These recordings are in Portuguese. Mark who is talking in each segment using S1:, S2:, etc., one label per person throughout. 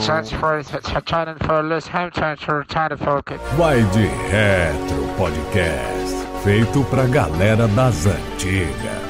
S1: chance for Shannon for Lewis Hamilton to retire focus.
S2: Vai de Retro Podcast, feito pra galera das antigas.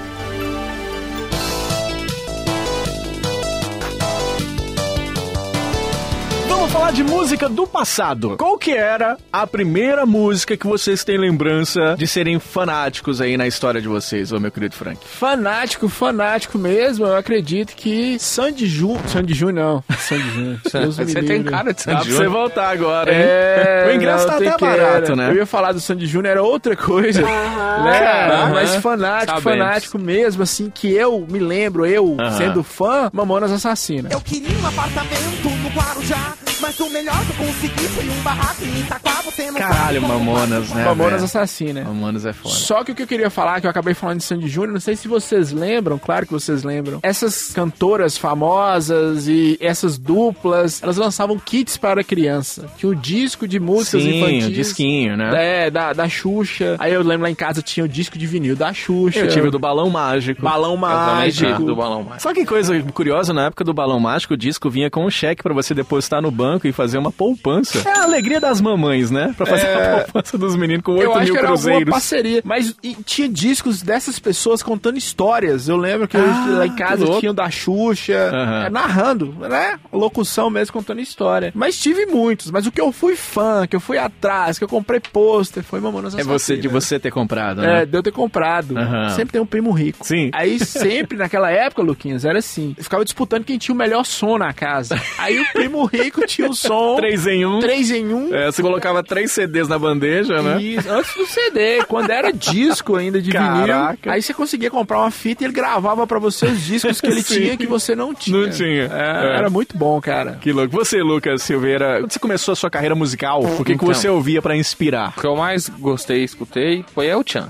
S3: Vamos falar de música do passado. Qual que era a primeira música que vocês têm lembrança de serem fanáticos aí na história de vocês, ô meu querido Frank?
S4: Fanático, fanático mesmo, eu acredito que Sandy Júnior. Sandy Júnior não. Sandy Júnior. Deus me
S5: Você tem
S4: livre.
S5: cara de
S3: Dá pra
S5: Sandy
S3: você
S5: Júnior.
S3: voltar agora, hein?
S4: É,
S3: o ingresso
S4: não,
S3: tá
S4: tem
S3: até
S4: que
S3: barato,
S4: era.
S3: né?
S4: Eu ia falar do Sandy Júnior, era outra coisa. né?
S5: Aham.
S4: Mas fanático,
S5: Sabemos.
S4: fanático mesmo, assim, que eu me lembro, eu
S3: Aham. É,
S4: sendo fã, Mamonas Assassina.
S6: Eu queria um apartamento no Guarujá, mas o melhor que eu consegui foi um barraco em Itaquá, você não
S3: Caralho,
S6: sabe como
S3: Mamonas, né?
S4: Mamonas
S3: velho?
S4: Assassina.
S3: Mamonas é foda.
S4: Só que o que eu queria falar, que eu acabei falando de Sandy Júnior, não sei se vocês lembram, claro que vocês lembram. Essas cantoras famosas e essas duplas, elas lançavam kits para criança. Tinha o disco de músicas
S3: Sim,
S4: infantis.
S3: o disquinho, né?
S4: É, da, da Xuxa. Aí eu lembro lá em casa tinha o disco de vinil da Xuxa.
S3: Eu tive o do Balão Mágico.
S4: Balão
S5: Exatamente,
S4: Mágico.
S5: do balão mágico.
S3: Só que coisa curiosa, na época do Balão Mágico, o disco vinha com um cheque pra você depositar no banco e fazer uma poupança. É a alegria das mamães, né? Pra fazer a poupança dos meninos com 8
S4: É. eu acho
S3: mil
S4: que era alguma
S3: cruzeiros.
S4: parceria. Mas e tinha discos dessas pessoas contando histórias. Eu lembro Ah, que eu- lá em casa
S3: que louco.
S4: tinha o da Xuxa,
S3: Aham.
S4: é, narrando, né? Locução mesmo, contando história. Mas tive muitos. Mas o que eu fui fã, que eu fui atrás, que eu comprei pôster, foi Mamonas
S3: É você de
S4: Assassinas.
S3: você ter comprado, né?
S4: É, de eu ter comprado.
S3: Aham.
S4: Sempre tem um primo rico.
S3: Sim.
S4: Aí sempre, naquela época, Luquinhas, era assim. Eu ficava disputando quem tinha o melhor som na casa. Aí o primo rico tinha o som...
S3: Três em um.
S4: três em um.
S3: É, você colocava três CDs na bandeja, né?
S4: Isso, antes do CD, quando era disco ainda de
S3: Caraca.
S4: vinil, aí você conseguia comprar uma fita e ele gravava pra você os discos que ele
S3: Sim.
S4: tinha que você não tinha.
S3: Não tinha.
S4: É,
S3: É.
S4: Era muito bom, cara.
S3: Que louco. Você, Lucas Silveira, quando você começou a sua carreira musical, o que, que
S5: Então.
S3: você ouvia pra inspirar?
S5: O que eu mais gostei e escutei foi El Chan.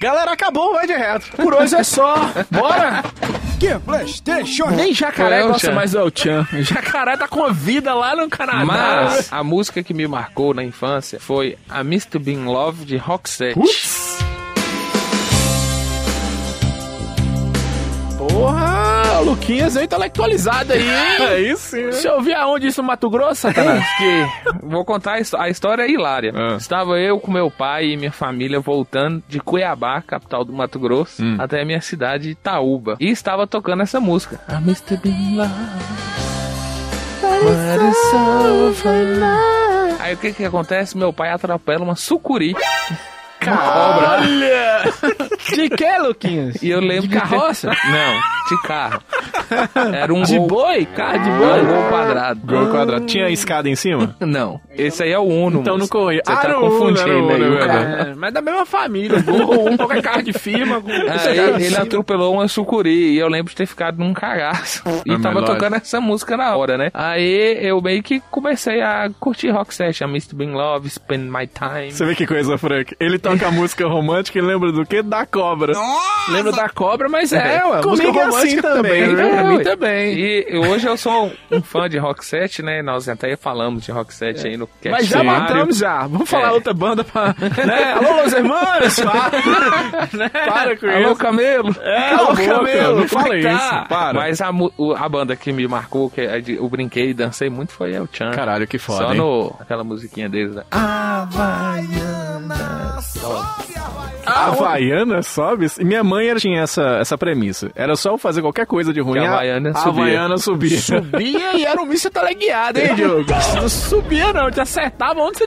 S3: Galera, acabou, vai de reto.
S4: Por hoje é só. Bora!
S6: Que é PlayStation?
S4: Nem jacaré
S5: É o
S4: gosta
S5: Tchan.
S4: mais do Elchan. Jacaré tá com a vida lá no Canadá.
S5: Mas a música que me marcou na infância foi A Mr. Bean Love de Roxette.
S4: Porra, o Luquinhas é intelectualizado aí, hein?
S3: É isso, né?
S4: Você ouvia aonde isso no Mato Grosso, Satanás?
S5: que vou contar a his- a história é hilária.
S3: Ah.
S5: Estava eu com meu pai e minha família voltando de Cuiabá, capital do Mato Grosso,
S4: Hum.
S5: até a minha cidade Itaúba. E estava tocando essa música. A Mr. Bean Love. But it's over now. Aí o que que acontece? Meu pai atropela uma sucuri.
S4: De que, Luquinhas?
S5: E eu lembro
S4: De carroça?
S5: Que... Não, de carro. Era um
S4: De
S5: gol,
S4: boi? Cara, de
S5: era um
S4: boi?
S5: gol quadrado.
S3: Gol quadrado. Tinha escada em cima?
S5: Não, esse aí é o Uno.
S3: Então não
S5: moço.
S3: corria.
S5: Você tá
S3: Era o Uno, era o
S5: confundindo aí né?
S3: Uno,
S5: o
S3: é
S5: cara.
S3: verdade.
S4: É, mas da mesma família. Gol, um qualquer carro de firma. é com-
S5: Ah, ele, ele atropelou uma sucuri e eu lembro de ter ficado num cagaço. E
S4: É
S3: Ah, mas
S5: tava
S3: lógico.
S5: tocando essa música na hora, né? Aí eu meio que comecei a curtir rock set, a Mr. Bean Love, Spend My Time.
S3: Você vê que coisa, Frank. Ele toca música romântica e lembra do quê? Da cobra.
S4: Lembro da cobra, mas é, ué,
S3: Comigo
S4: música
S3: é assim
S4: romântica
S3: também,
S4: também.
S3: né?
S4: Pra
S5: É,
S4: mim
S5: ué.
S4: também.
S5: E hoje eu sou um fã de rock set, né? Nós até falamos de rock set aí no cast.
S4: Mas já
S5: diário.
S4: matamos já. Vamos falar
S5: É.
S4: outra banda pra. né? Alô, Los Hermanos!
S3: Ah.
S4: Para, né? para com
S5: Alô,
S4: isso.
S5: Camelo!
S4: É,
S3: Cala a
S4: alô,
S3: boca,
S4: Camelo!
S3: não fala
S4: vai
S3: isso,
S4: cá.
S3: para.
S5: Mas a, mu- o- a banda que me marcou, que é de- eu brinquei e dancei muito, foi El Chan.
S3: Caralho, que foda,
S5: Só
S3: hein?
S5: no, aquela musiquinha deles, né?
S3: A Havaiana sobe. E minha mãe era- tinha essa, essa premissa. Era só eu fazer qualquer coisa de ruim. Ah,
S5: Que a Havaiana
S3: a
S5: subia.
S3: Havaiana subia.
S4: Subia e era um míssil teleguiado, hein, Diogo? Não subia, não. Te acertava onde você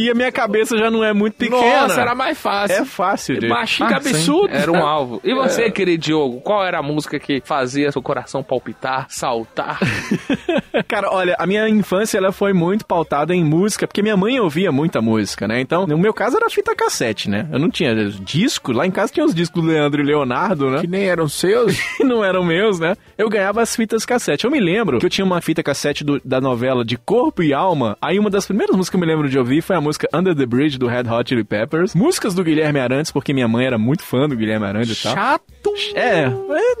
S3: E a minha cabeça já não é muito pequena.
S4: Nossa, era mais
S3: É
S4: fácil.
S3: fácil, de.
S4: Baixinho, É.
S5: Ah,
S4: absurdo.
S5: sim, Era um alvo. E você, querido Diogo, qual era a música que fazia seu coração palpitar, saltar?
S3: Cara, olha, a minha infância ela foi muito pautada em música, porque minha mãe ouvia muita música, né? Então, no meu caso era fita cassete, né? Eu não tinha disco, lá em casa tinha os discos do Leandro e Leonardo, né?
S4: Que nem eram seus.
S3: Que não eram meus, né? Eu ganhava as fitas cassete. Eu me lembro que eu tinha uma fita cassete do- da novela De Corpo e Alma. Aí uma das primeiras músicas que eu me lembro de ouvir foi a música Under the Bridge do Red Hot Chili Peppers. Músicas do Guilherme Arantes, porque minha mãe era muito fã do Guilherme Arantes e tal.
S4: Chato.
S3: É, é,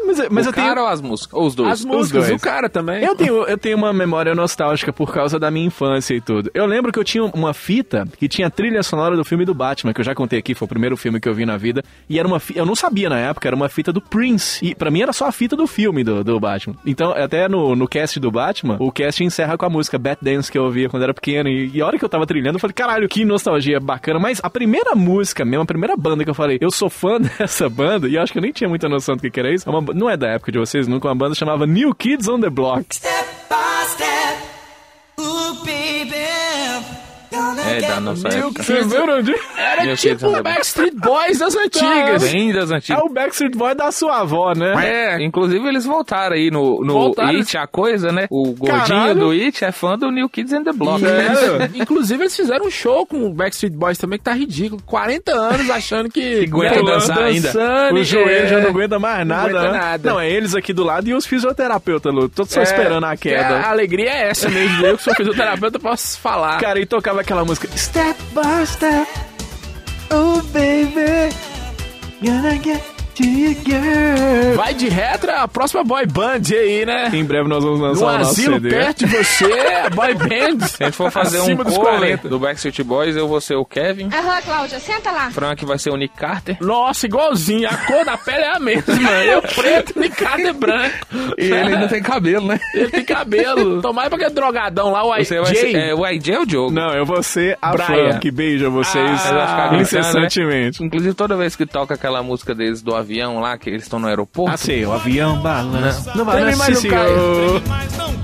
S3: mas, mas
S5: o
S3: eu tenho.
S5: cara ou as músicas? Ou os dois?
S4: As músicas,
S3: dois.
S4: o cara também.
S3: Eu tenho, eu tenho uma memória nostálgica por causa da minha infância e tudo. Eu lembro que eu tinha uma fita que tinha a trilha sonora do filme do Batman, que eu já contei aqui, foi o primeiro filme que eu vi na vida. E era uma fita, eu não sabia na época, era uma fita do Prince. E pra mim era só a fita do filme do, do Batman. Então, até no, no cast do Batman, o cast encerra com a música Bat Dance que eu ouvia quando era pequeno. E, e a hora que eu tava trilhando, eu falei, caralho, que nostalgia bacana. Mas a primeira música mesmo, a primeira banda que eu falei, eu sou fã dessa banda, e eu acho que eu nem tinha muita noção do que, que era isso. É uma ba- não é da época de vocês, nunca uma banda chamava New Kids on the Block.
S7: Step by step. Ooh, baby. Gonna
S5: É, da
S7: get
S5: nossa
S7: you.
S5: época.
S3: Vocês lembram disso?
S5: Meu
S4: Era
S5: Deus,
S4: tipo o
S5: André.
S4: Backstreet Boys das antigas.
S5: Bem das
S3: É
S5: antigas.
S3: o Backstreet Boy da sua avó, né?
S5: É, inclusive eles voltaram aí no, no
S4: Voltaram.
S5: It, a coisa, né? O gordinho
S3: Caralho.
S5: do It é fã do New Kids and the Block. né?
S3: Sério?
S4: Inclusive, eles fizeram um show com o Backstreet Boys também, que tá ridículo. 40 anos achando que.
S5: aguenta
S4: Pulando,
S5: dançar ainda.
S4: dançando,
S3: O joelho
S4: é.
S3: já não aguenta mais nada,
S4: aguenta
S3: né?
S4: nada. É,
S3: Não, é eles aqui do lado e os fisioterapeutas, Lu. Todos só esperando a queda.
S4: A alegria é essa mesmo. Eu que sou fisioterapeuta posso falar.
S3: Cara, e tocava aquela música Step by Step Oh baby Gonna get to you, girl
S4: Vai de retro a próxima boy band aí, né?
S3: Em breve nós vamos lançar
S4: No
S3: o nosso
S4: asilo
S3: CD
S4: perto de você, a boy band.
S5: Se a gente for fazer um
S4: Acima dos
S5: cover
S4: 40.
S5: do Backstreet Boys, eu vou ser o Kevin,
S8: Aham, Cláudia, senta lá.
S5: Frank vai ser o Nick Carter
S4: Nossa, igualzinho. A cor da pele é a mesma. Eu preto, Ricardo é branco.
S5: e ele ainda tem cabelo, né?
S4: Ele tem cabelo. Tomara pra aquele drogadão lá, o IJ.
S5: Você vai ser, é, o IJ é o Diogo.
S3: Não, eu vou ser a
S4: Brian.
S3: Fran que beija vocês
S4: Ah,
S5: Mas vai ficar gritando,
S3: incessantemente
S5: né? Inclusive, toda vez que toca aquela música deles do avião lá, que eles estão no aeroporto,
S4: tá
S3: Ah, sei, o avião balança Não balança,
S4: Treme, mas assim, não cai.
S3: senhor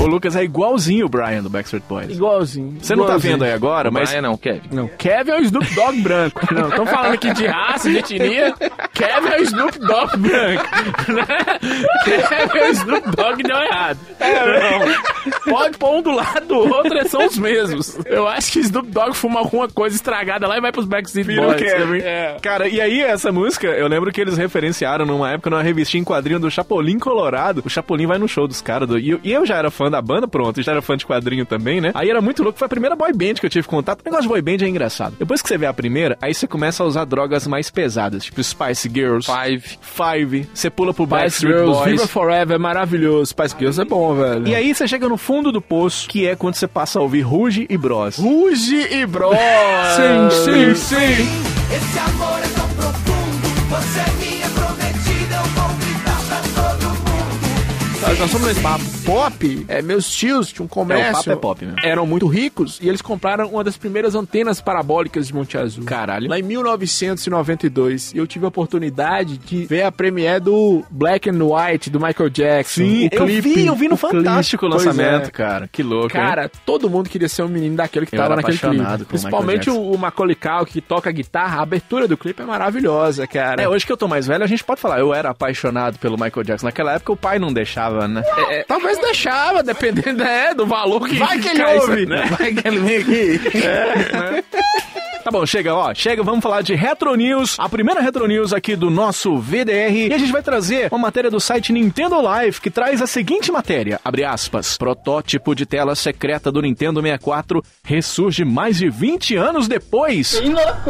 S3: O Lucas é igualzinho o Brian do Backstreet Boys
S4: Igualzinho.
S3: Você não tá vendo aí agora, mas...
S5: Brian não, Kevin.
S4: Não, Kevin é o Snoop Dogg branco. Não, estão falando aqui de raça, de etnia. Kevin é o Snoop Dogg branco. né? Kevin é o Snoop Dogg deu errado. É, Não. Pode pôr um do lado do outro, eles são os mesmos. Eu acho que Snoop Dogg fuma alguma coisa estragada lá e vai pros Backstreet
S3: Vira o
S4: Boys.
S3: Kevin.
S4: É.
S3: Cara, e aí essa música, eu lembro que eles referenciaram numa época numa revistinha em quadrinho do Chapolin Colorado. O Chapolin vai no show dos caras. do- E, eu- e eu já era fã da banda, pronto, já era fã de quadrinho também, né? Aí era muito louco, foi a primeira boy band que eu tive contato. O negócio de boy band é engraçado. Depois que você vê a primeira, aí você começa a usar drogas mais pesadas, tipo Spice Girls,
S5: Five.
S3: Five, você pula pro
S4: Spice
S3: Backstreet
S4: Girls,
S3: Boys.
S4: Viva Forever, é maravilhoso. Spice Girls é bom, velho.
S3: E aí você chega no fundo do poço, que é quando você passa a ouvir Ruge e Bros.
S4: Ruge e Bro.
S3: Sim, sim,
S4: sim.
S7: Esse amor é tão profundo. Você é minha prometida. Eu vou gritar pra todo mundo.
S4: Nós somos nesse papo. Pop, é, meus tios tinham um comércio.
S3: É, o papo é pop mesmo.
S4: Eram muito ricos e eles compraram uma das primeiras antenas parabólicas de Monte Azul.
S3: Caralho.
S4: Lá em 1992, eu tive a oportunidade de ver a premiere do Black and White, do Michael Jackson.
S3: Sim,
S4: o clipe,
S3: eu vi, eu vi no
S4: o clipe.
S3: Fantástico o
S4: Pois
S3: lançamento,
S4: é.
S3: cara. Que louco, hein?
S4: Cara, todo mundo queria ser um menino daquele que
S3: Eu
S4: tava
S3: era
S4: naquele clipe.
S3: apaixonado por Michael
S4: Principalmente o,
S3: Jackson.
S4: o Macaulay Culkin, que toca guitarra. A abertura do clipe é maravilhosa, cara.
S3: É, hoje que eu tô mais velho, a gente pode falar, eu era apaixonado pelo Michael Jackson. Naquela época o pai não deixava, né?
S4: É, Talvez deixava, dependendo é, do valor que
S3: Vai que ele
S4: cai,
S3: ouve,
S4: né?
S3: né?
S4: Vai que ele vem aqui.
S3: Tá bom, chega, ó, chega, vamos falar de Retro News, a primeira Retro News aqui do nosso VDR. E a gente vai trazer uma matéria do site Nintendo Live que traz a seguinte matéria, abre aspas, protótipo de tela secreta do Nintendo 64 ressurge mais de 20 anos depois.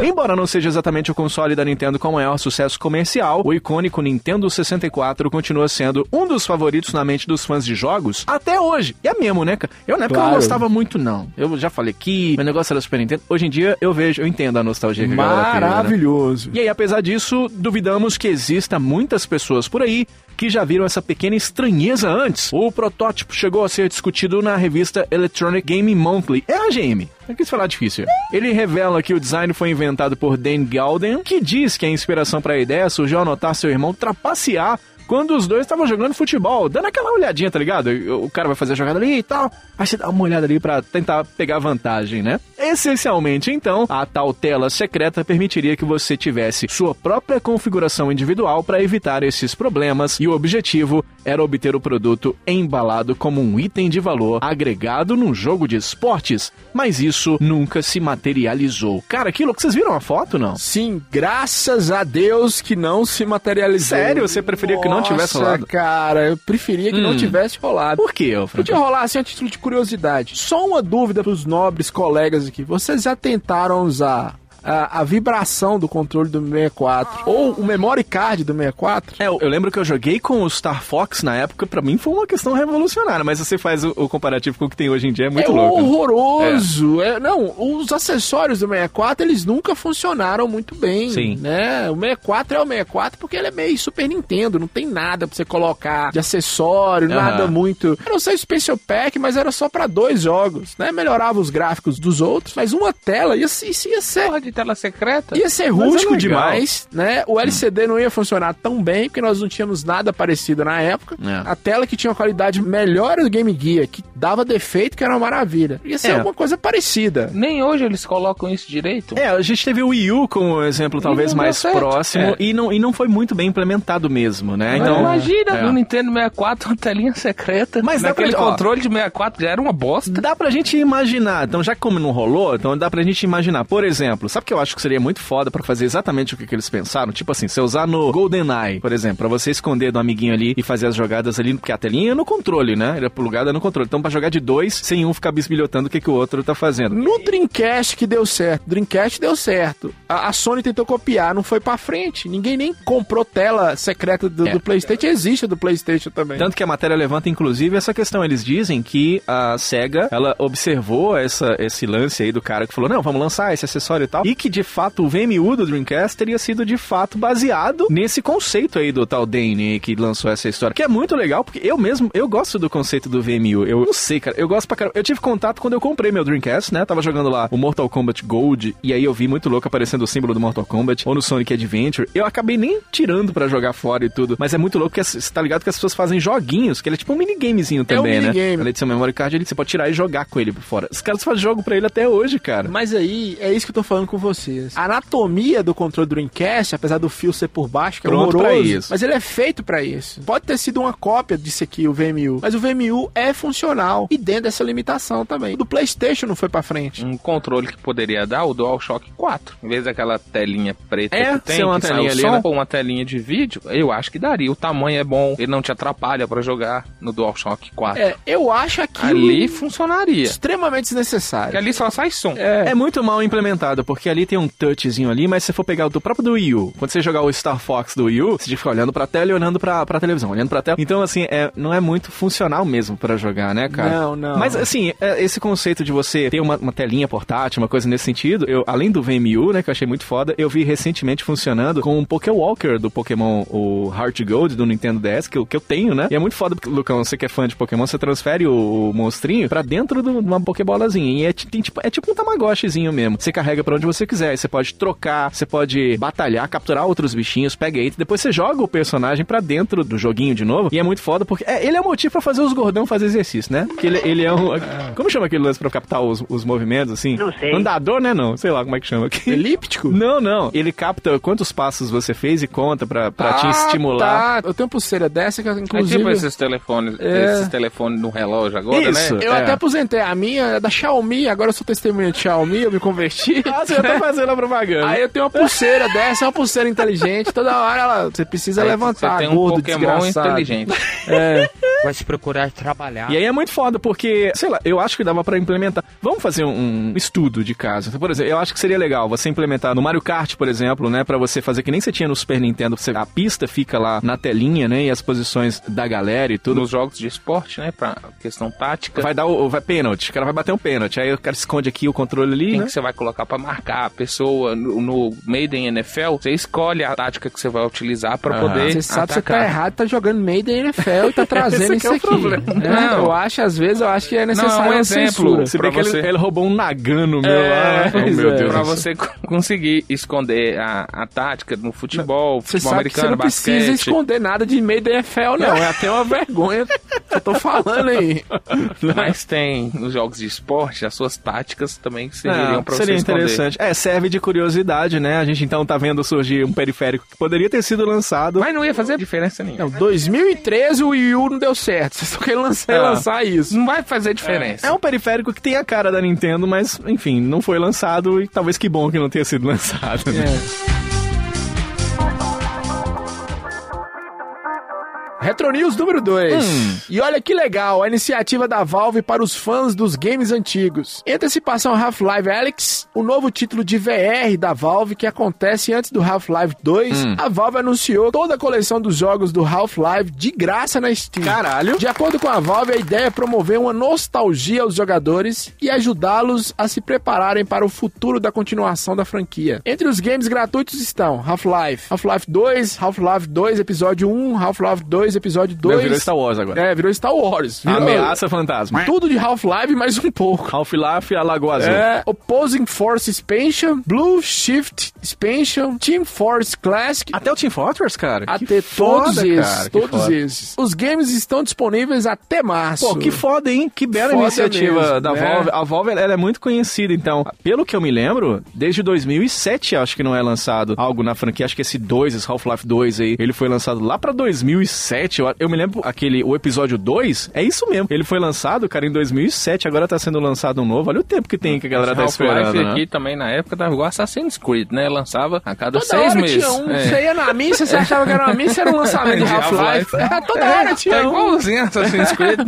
S3: Embora não seja exatamente o console da Nintendo com maior sucesso comercial, o icônico Nintendo 64 continua sendo um dos favoritos na mente dos fãs de jogos até hoje. E é mesmo, né, cara? Eu na época não
S4: Claro.
S3: gostava muito, não. Eu já falei que meu negócio era Super Nintendo. Hoje em dia eu vejo, eu entendo a nostalgia que a galera tem, né?
S4: Maravilhoso.
S3: E aí, apesar disso, duvidamos que exista muitas pessoas por aí que já viram essa pequena estranheza antes. O protótipo chegou a ser discutido na revista Electronic Gaming Monthly. É a GM. Eu quis falar difícil. Ele revela que o design foi inventado por Dan Galden, que diz que a inspiração para a ideia surgiu ao notar seu irmão trapacear quando os dois estavam jogando futebol, dando aquela olhadinha, tá ligado? O cara vai fazer a jogada ali e tal. Aí você dá uma olhada ali pra tentar pegar vantagem, né? Essencialmente, então, a tal tela secreta permitiria que você tivesse sua própria configuração individual pra evitar esses problemas, e o objetivo era obter o produto embalado como um item de valor agregado num jogo de esportes, mas isso nunca se materializou. Cara, que louco, vocês viram a foto, não?
S4: Sim, graças a Deus que não se materializou.
S3: Sério? Você preferia que não tivesse
S4: Nossa,
S3: rolado? Hum.
S4: cara, eu preferia que não tivesse rolado.
S3: Por que, Alfredo?
S4: Podia rolar assim a título de curiosidade. Só uma dúvida pros nobres colegas aqui. Vocês já tentaram usar a, a vibração do controle do 64 ou o memory card do 64.
S3: É, eu eu lembro que eu joguei com o Star Fox na época, pra mim foi uma questão revolucionária, mas se você faz o, o comparativo com o que tem hoje em dia, é muito
S4: é
S3: louco. né?
S4: horroroso. É, não, os acessórios do 64, eles nunca funcionaram muito bem,
S3: Sim.
S4: né? O 64 é o 64 porque ele é meio Super Nintendo, não tem nada pra você colocar de acessório,
S3: Aham.
S4: nada muito. Eu não sei Special Pack, mas era só pra dois jogos, né? Melhorava os gráficos dos outros, mas uma tela ia, se- isso ia ser
S5: Porra de tela secreta?
S4: Ia ser
S3: Mas é
S4: rústico
S3: legal.
S4: demais, né? O LCD não ia funcionar tão bem, porque nós não tínhamos nada parecido na época.
S3: É.
S4: A tela que tinha uma qualidade melhor do Game Gear, que dava defeito, que era uma maravilha. Ia ser
S3: É.
S4: alguma coisa parecida.
S5: Nem hoje eles colocam isso direito.
S3: É, a gente teve o Wii U como exemplo talvez
S5: não deu
S3: mais
S5: certo.
S3: próximo
S5: É.
S3: e, não, e não foi muito bem implementado mesmo, né?
S5: Mas
S3: Então,
S5: imagina,
S3: é.
S5: no Nintendo 64, uma telinha secreta.
S3: Mas dá
S5: naquele
S3: pra- ó.
S5: controle de 64 já era uma bosta.
S3: Dá pra gente imaginar, então já que como não rolou, então dá pra gente imaginar, por exemplo, sabe o que eu acho que seria muito foda pra fazer exatamente o que, que eles pensaram? Tipo assim, você usar no GoldenEye, por exemplo, pra você esconder do amiguinho ali e fazer as jogadas ali, porque a telinha é no controle, né? Ele é plugada no controle. Então pra jogar de dois, sem um ficar bisbilhotando o que, que o outro tá fazendo.
S4: No Dreamcast que deu certo. Dreamcast deu certo. A, a Sony tentou copiar, não foi pra frente. Ninguém nem comprou tela secreta do,
S3: É.
S4: do PlayStation. Existe a do PlayStation também.
S3: Tanto que a matéria levanta, inclusive, essa questão. Eles dizem que a SEGA, ela observou essa, esse lance aí do cara que falou, não, vamos lançar esse acessório e tal. E que, de fato, o VMU do Dreamcast teria sido, de fato, baseado nesse conceito aí do tal Dane aí que lançou essa história. Que é muito legal, porque eu mesmo, eu gosto do conceito do VMU. Eu não sei, cara, eu gosto pra caramba. Eu tive contato quando eu comprei meu Dreamcast, né? Tava jogando lá o Mortal Kombat Gold, e aí eu vi muito louco aparecendo o símbolo do Mortal Kombat, ou no Sonic Adventure. Eu acabei nem tirando pra jogar fora e tudo. Mas é muito louco, porque você tá ligado que as pessoas fazem joguinhos, que ele é tipo um minigamezinho também, né?
S4: minigame.
S3: Além de ser um memory card, ele, você pode tirar e jogar com ele por fora. Os caras fazem jogo pra ele até hoje, cara.
S4: Mas aí, é isso que eu tô falando com vocês. A anatomia do controle do Dreamcast, apesar do fio ser por baixo, que é
S3: Pronto
S4: horroroso,
S3: pra isso.
S4: mas ele é feito pra isso. Pode ter sido uma cópia disso aqui, o VMU, mas o VMU é funcional e dentro dessa limitação também. O do PlayStation não foi pra frente.
S5: Um controle que poderia dar, o DualShock 4. Em vez daquela telinha preta
S3: É,
S5: que tem,
S3: ser uma
S5: que sai
S3: telinha
S5: o
S3: ali,
S5: som,
S3: né?
S5: ou uma telinha de vídeo, eu acho que daria. O tamanho é bom, ele não te atrapalha pra jogar no DualShock 4.
S4: É, eu acho aquilo
S5: Ali funcionaria.
S4: extremamente
S5: Porque
S4: desnecessário.
S5: ali só sai som.
S3: É. muito mal implementado, porque ali tem um touchzinho ali, mas se for pegar o do próprio do Wii U, quando você jogar o Star Fox do Wii U, você tem que ficar olhando pra tela e olhando pra, pra televisão, olhando pra tela. Então, assim, é, não é muito funcional mesmo pra jogar, né, cara?
S4: Não, não.
S3: Mas, assim, é, esse conceito de você ter uma, uma telinha portátil, uma coisa nesse sentido, eu, além do VMU, né, que eu achei muito foda, eu vi recentemente funcionando com o Pokéwalker do Pokémon, o Heart Gold do Nintendo DS, que eu, que eu tenho, né? E é muito foda, porque, Lucão, você que é fã de Pokémon, você transfere o, o monstrinho pra dentro do- de uma Pokébolazinha. E é, ti- tem tipo, é tipo um Tamagotchizinho mesmo. Você carrega pra onde você quiser. Aí Você pode trocar, você pode batalhar, capturar outros bichinhos, pega aí. Depois você joga o personagem pra dentro do joguinho de novo. E é muito foda, porque é, ele é o motivo pra fazer os gordão fazer exercício, né? Porque ele, ele é um. Como chama aquele lance pra captar os, os movimentos, assim? Não sei. Andador, né? Não. Sei lá como é que chama aqui.
S4: Elíptico?
S3: Não, não. Ele capta quantos passos você fez e conta pra, pra te
S4: Ah,
S3: estimular.
S4: Tá. Eu tenho pulseira dessa que,
S5: É
S4: inclusive...
S5: tipo esses telefones,
S4: É.
S5: esses telefones no relógio agora,
S3: Isso.
S5: né?
S4: Eu
S3: É.
S4: até aposentei. A minha é da Xiaomi, agora eu sou testemunha de Xiaomi, eu me converti.
S3: Ah, você já tá fazendo a propaganda.
S4: Aí eu tenho uma pulseira dessa, é uma pulseira inteligente, toda hora ela, você precisa
S5: Aí
S4: levantar,
S5: Você tem um
S4: gordo,
S5: Pokémon
S4: desgraçado.
S5: inteligente.
S8: Vai se procurar trabalhar.
S3: E aí é muito foda, porque, sei lá, eu acho que dava pra implementar. Vamos fazer um, um estudo de caso. Então, por exemplo, eu acho que seria legal você implementar no Mario Kart, por exemplo, né? Pra você fazer que nem você tinha no Super Nintendo. Você, a pista fica lá na telinha, né? E as posições da galera e tudo.
S5: Nos jogos de esporte, né? Pra questão tática.
S3: Vai dar o. Vai pênalti. O cara vai bater um pênalti. Aí o cara esconde aqui o controle ali.
S5: Quem
S3: Né?
S5: que você vai colocar pra marcar a pessoa no, no Maiden NFL? Você escolhe a tática que você vai utilizar pra
S3: Aham.
S5: poder
S4: Você sabe que você tá
S5: atacar.
S4: errado, tá jogando meio da NFL e tá trazendo
S3: Esse
S4: isso
S3: aqui é
S4: aqui.
S3: o problema.
S4: né?
S5: Não.
S4: Eu acho, às vezes, eu acho que é necessário
S5: Não, é um
S4: uma
S5: exemplo.
S4: censura.
S3: Se bem que
S5: pra
S3: ele,
S4: é
S5: você.
S3: ele roubou um Nagano meu lá. né?
S4: pois
S3: Oh, meu
S4: é.
S3: Deus.
S5: É, Pra
S3: do céu.
S5: você co- conseguir esconder a, a tática no futebol,
S4: Você
S5: futebol
S4: sabe que você
S5: americano,
S4: não precisa
S5: basquete.
S4: esconder nada de meio da NFL, não. É até uma vergonha. Eu tô falando aí.
S5: Mas tem nos jogos de esporte, as suas táticas também serviriam
S3: Não,
S5: pra você
S3: Ah, seria
S5: esconder.
S3: interessante. É, serve de curiosidade, né? A gente então tá vendo surgir um periférico que poderia ter sido lançado.
S5: Mas não ia fazer diferença nenhuma.
S4: Não, 2013 o Wii U não deu certo. Vocês estão querendo lançar,
S3: Ah.
S4: lançar isso.
S5: Não vai fazer diferença.
S3: É um periférico que tem a cara da Nintendo, mas enfim, não foi lançado e talvez que bom que não tenha sido lançado. né?
S4: É. Retronews número 2. E olha que legal, a iniciativa da Valve para os fãs dos games antigos. Em antecipação ao Half-Life Alyx, o novo título de VR da Valve que acontece antes do Half-Life 2, a Valve anunciou toda a coleção dos jogos do Half-Life de graça na Steam.
S3: Caralho.
S4: De acordo com a Valve, a ideia é promover uma nostalgia aos jogadores e ajudá-los a se prepararem para o futuro da continuação da franquia. Entre os games gratuitos estão Half-Life, Half-Life 2, Half-Life 2 Episódio 1, Half-Life 2 Episódio 2.
S3: Não, virou Star Wars agora.
S4: É, virou Star Wars. Virou
S3: Ameaça fantasma.
S4: Tudo de Half-Life mais um pouco.
S3: Half-Life e a Lagoa Azul.
S4: É, Opposing Force Expansion, Blue Shift Expansion, Team Force Classic,
S3: Até o Team Fortress, cara.
S4: até
S3: Ah, Que foda,
S4: todos esses,
S3: cara, que
S4: todos
S3: foda.
S4: esses. Os games estão disponíveis até março.
S3: Pô, que foda, hein? Que bela
S4: Foda
S3: iniciativa
S4: mesmo,
S3: da
S4: né?
S3: Valve. A Valve ela é muito conhecida, então. Pelo que eu me lembro, desde 2007 acho que não é lançado algo na franquia. Acho que esse 2, esse Half-Life 2 aí, ele foi lançado lá pra 2007. Eu, eu me lembro aquele, o episódio 2, é isso mesmo. Ele foi lançado, cara, em 2007. Agora tá sendo lançado um novo. Olha o tempo que tem que a galera tá esperando,
S5: Half-Life
S3: né?
S5: aqui também na época tava igual Assassin's Creed, né? Lançava a cada
S4: Toda
S5: seis
S4: hora
S5: meses.
S4: tinha um.
S5: É.
S4: Você ia na missa, você achava que era uma missa, era um lançamento de
S5: De
S4: Half-Life. É, Toda hora
S5: Tá
S4: tinha um.
S5: igualzinho Assassin's Creed.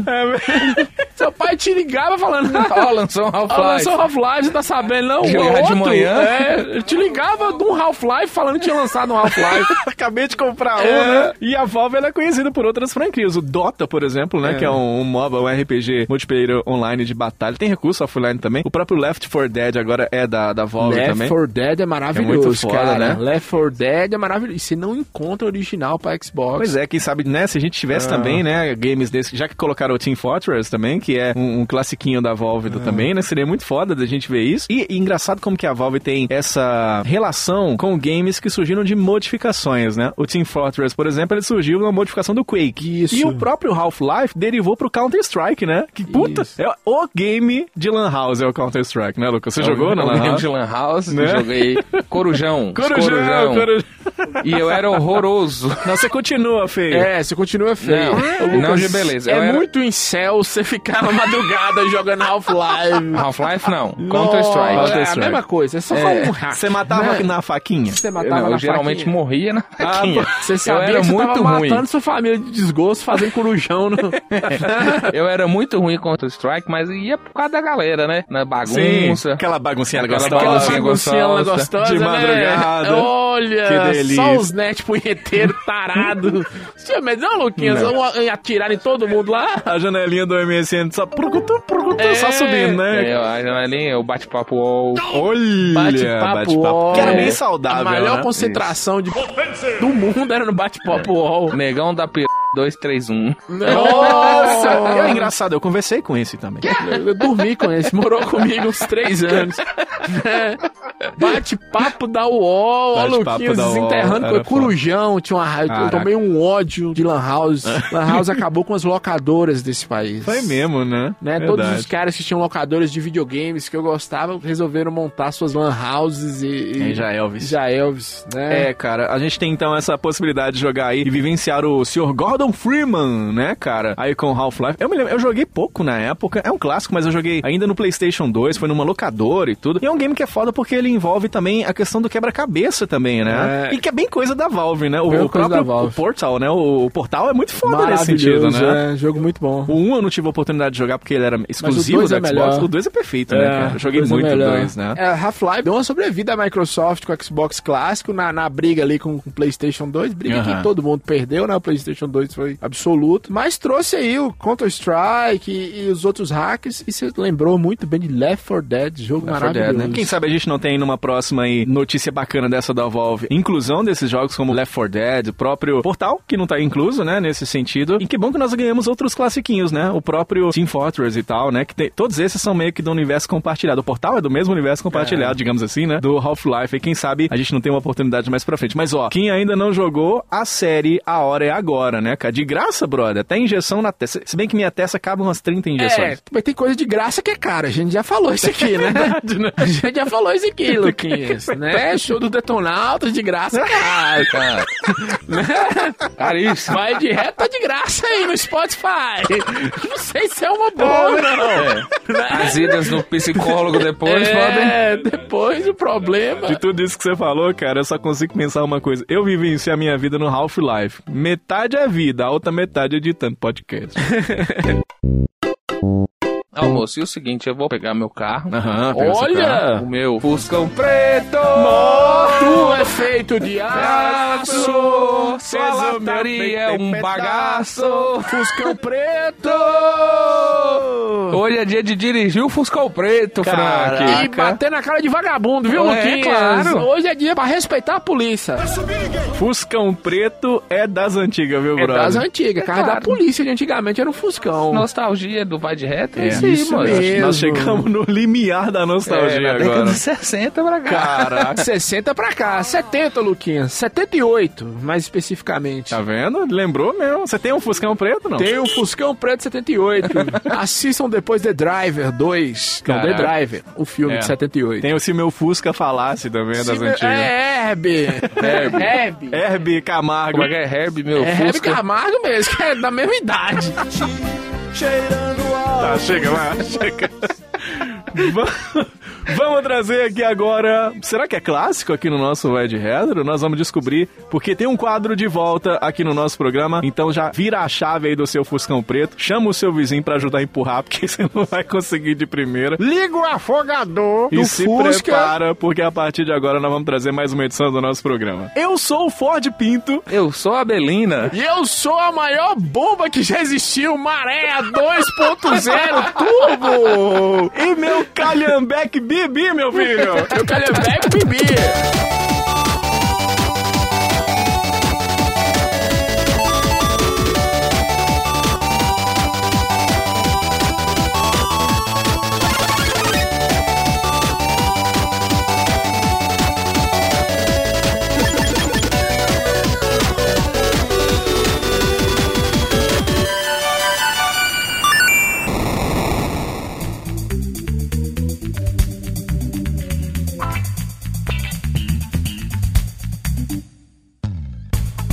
S4: Seu pai te ligava falando...
S5: Ó, lançou um
S4: Ah,
S5: Half-Life.
S4: lançou Half-Life, você tá sabendo, não?
S5: De
S4: O
S5: manhã, de
S4: outro,
S5: manhã.
S4: É, eu te ligava de um Half-Life falando que tinha lançado um Half-Life.
S3: Acabei de comprar um,
S4: É.
S3: né? E a Valve ela é conhecida por outras franquias. O Dota, por exemplo, né? Que é um, um MOBA, um RPG multiplayer online de batalha. Tem recurso offline também. O próprio Left 4 Dead agora é da, da Valve
S4: Left
S3: também.
S4: 4 Dead é maravilhoso,
S3: É muito foda,
S4: cara.
S3: né?
S4: Left 4 Dead é maravilhoso. E você não encontra original pra Xbox. Ah.
S3: Pois é, quem sabe, né? Se a gente tivesse também, né? Games desse, já que colocaram o Team Fortress também, que é um, um classiquinho da Valve
S4: Ah.
S3: também, né? Seria muito foda da gente ver isso. E, e engraçado como que a Valve tem essa relação com games que surgiram de modificações, né? O Team Fortress, por exemplo, ele surgiu na modificação do Quake.
S4: Isso.
S3: E o próprio Half-Life derivou pro Counter-Strike, né? Que puta!
S4: Isso.
S3: É o game de Lan House, é o Counter-Strike, né,
S4: É
S3: Lucas? Você jogou na
S5: Eu
S3: Lan
S5: lembro
S3: House?
S5: de Lan House,
S3: Né?
S5: joguei Corujão.
S3: Corujão, corujão.
S5: E eu era horroroso.
S3: Não, você continua, feio.
S4: É, você continua feio.
S5: Não,
S4: Ô, Lucas,
S5: não de beleza. Eu
S4: É
S5: era-
S4: muito incel você ficar na madrugada jogando Half-Life.
S5: Half-Life não,
S4: Nossa,
S5: Counter-Strike.
S4: É a
S3: Counter-Strike.
S4: mesma coisa, é só um hack.
S3: Você matava
S4: né?
S3: na faquinha?
S4: Você matava
S5: Não,
S4: na
S5: eu geralmente
S4: faquinha.
S5: morria né? na faquinha.
S4: Você
S5: eu
S4: sabia
S5: era
S4: que você
S5: muito
S4: tava
S5: ruim.
S4: matando sua família de desgosto fazendo corujão. No...
S5: Eu era muito ruim contra o Strike, mas ia por causa da galera, né? Na
S3: Sim,
S5: bagunça.
S3: aquela baguncinha
S5: Aquela
S3: gostosa.
S5: baguncinha
S4: Aquela
S5: gostosa.
S4: baguncinha lá gostosa,
S3: De
S4: né?
S3: madrugada.
S4: Olha,
S3: Que delícia.
S4: só os net punheteiro tarado. Você tinha medo não, Luquinhas? Vão a- atirar em todo mundo lá?
S3: A janelinha do MSN só, prucutu, prucutu, só
S4: É.
S3: subindo, né?
S5: É, a janelinha, o bate-papo UOL.
S3: Olha,
S4: Bate-papo, ó.
S3: Que era bem
S5: É.
S4: A
S3: saudável,
S4: melhor
S3: né?
S4: concentração de... do mundo era no bate-papo UOL.
S5: Negão da P 231.
S4: Nossa!
S3: É engraçado, eu conversei com esse também.
S4: Eu dormi com esse, morou comigo uns três anos. É. Bate-papo da UOL, ó,
S3: Bate-papo
S4: Luquinhas
S3: da UOL,
S4: desenterrando
S3: era
S4: com corujão. Tinha uma raiva, eu
S3: Caraca.
S4: tomei um ódio de Lan House. Lan House acabou com as locadoras desse país.
S3: Foi mesmo, né?
S4: Né?
S3: Verdade.
S4: Todos os caras que tinham locadoras de videogames que eu gostava resolveram montar suas Lan Houses e. e
S3: Em já é, Elvis.
S4: já Elvis, né?
S3: É, cara, a gente tem então essa possibilidade de jogar aí e vivenciar o Sr. Gordon Freeman, né, cara? Aí com Half-Life. Eu me lembro, eu joguei pouco na época, é um clássico, mas eu joguei ainda no PlayStation 2, foi numa locadora e tudo. E é um game que é foda porque ele envolve também a questão do quebra-cabeça também, né?
S4: É.
S3: E que é bem coisa da Valve, né? O,
S4: Bem
S3: o
S4: coisa
S3: próprio
S4: da Valve.
S3: o Portal, né? O, o Portal é muito foda nesse
S4: Maravilhoso,
S3: sentido, né?
S4: é, jogo muito bom.
S3: O 1 eu não tive a oportunidade de jogar porque ele era exclusivo do
S4: dois é
S3: Xbox.
S4: melhor.
S3: O 2 é perfeito, né, cara? Eu joguei
S4: coisa
S3: muito o
S4: melhor.
S3: 2, né?
S4: É, Half-Life deu uma sobrevida à Microsoft com o Xbox clássico na, na briga ali com com o PlayStation 2. Briga
S3: Aham.
S4: que todo mundo perdeu, né? O PlayStation 2 foi absoluto. Mas trouxe aí o Counter-Strike e, e os outros hacks. E você lembrou muito bem de Left 4 Dead, jogo maravilhoso.
S3: Né? Quem sabe a gente não tem numa próxima aí notícia bacana dessa da Valve. Inclusão desses jogos como Left 4 Dead, o próprio Portal, que não tá incluso, né, nesse sentido. E que bom que nós ganhamos outros classiquinhos, né? O próprio Team Fortress e tal, né? Que tem- todos esses são meio que do universo compartilhado. O Portal é do mesmo universo compartilhado, digamos assim, né? Do Half-Life. E quem sabe a gente não tem uma oportunidade mais pra frente. Mas ó, quem ainda não jogou a série A Hora é Agora, né, cara? De graça, brother. Até injeção na testa. Se bem que minha testa cabe umas 30 injeções.
S4: É, mas tem coisa de graça que é cara. A gente já falou isso aqui,
S3: É
S4: né? A gente já falou isso aqui, Luquinhas. né? Show do Detonautas de graça, cara.
S5: Cara, caríssimo.
S4: Vai de reto, tá de graça aí no Spotify. Não sei se é uma boa, não.
S5: é. As idas no psicólogo depois podem.
S4: é, depois o problema.
S3: De tudo isso que você falou, cara, eu só consigo pensar uma coisa. Eu vivencio a minha vida no Half-Life. Metade é corrida, a outra metade editando podcast.
S5: Almoço, e o seguinte, eu vou pegar meu carro.
S3: Aham, pega seu
S5: Olha!
S3: carro.
S5: O meu Fuscão Preto!
S4: Tu é feito de aço,
S5: Aço! Sua
S3: tá
S5: lataria é um bagaço! um
S4: Fuscão preto.
S5: Hoje é dia de dirigir o Fuscão Preto, Frank!
S4: E bater na cara de vagabundo, viu,
S5: É,
S4: Luquinhas?
S5: claro.
S4: Hoje é dia pra respeitar a polícia.
S3: Fuscão preto é das antigas, viu,
S4: É
S3: brother?
S4: das antigas. Carro da
S5: claro.
S4: polícia de antigamente era um Fuscão.
S5: Nostalgia do Vai de Reto?
S3: É,
S5: aí, mano.
S3: Nós chegamos no limiar da nostalgia
S5: É, na década
S3: agora.
S5: de 60 pra cá.
S3: Caraca.
S4: 60 pra cá, 70, Luquinhas. 78, mais especificamente.
S3: Tá vendo? Lembrou mesmo. Você tem um Fuscão preto, não?
S4: Tem o Fuscão Preto 78. Assistam depois The Driver 2. Não, The
S5: Caraca.
S4: Driver, o filme
S3: É.
S4: de 78.
S3: Tem o Se Meu Fusca Falasse também, é das
S4: Sim,
S3: antigas.
S4: É Herb. Herb. Herb.
S3: Herb Camargo.
S5: Como é que é Herb, meu?
S4: É Herb
S5: Fusca?
S4: Camargo mesmo, que é da mesma idade.
S3: Tá, chega, vai, chega. Va- Vamos trazer aqui agora. Será que é clássico aqui no nosso Vai de Retro? Nós vamos descobrir, porque tem um quadro de volta aqui no nosso programa. Então já vira a chave aí do seu Fuscão Preto. Chama o seu vizinho pra ajudar a empurrar, porque você não vai conseguir de primeira.
S4: Liga o afogador
S3: E
S4: do
S3: se
S4: Fusca.
S3: prepara, porque a partir de agora nós vamos trazer mais uma edição do nosso programa. Eu sou o Ford Pinto.
S5: Eu sou a Belina.
S4: E eu sou a maior bomba que já existiu, Maré 2.0 Turbo!
S3: E meu calhambeque Bibi, meu filho!
S4: Eu quero é Beck Bibi!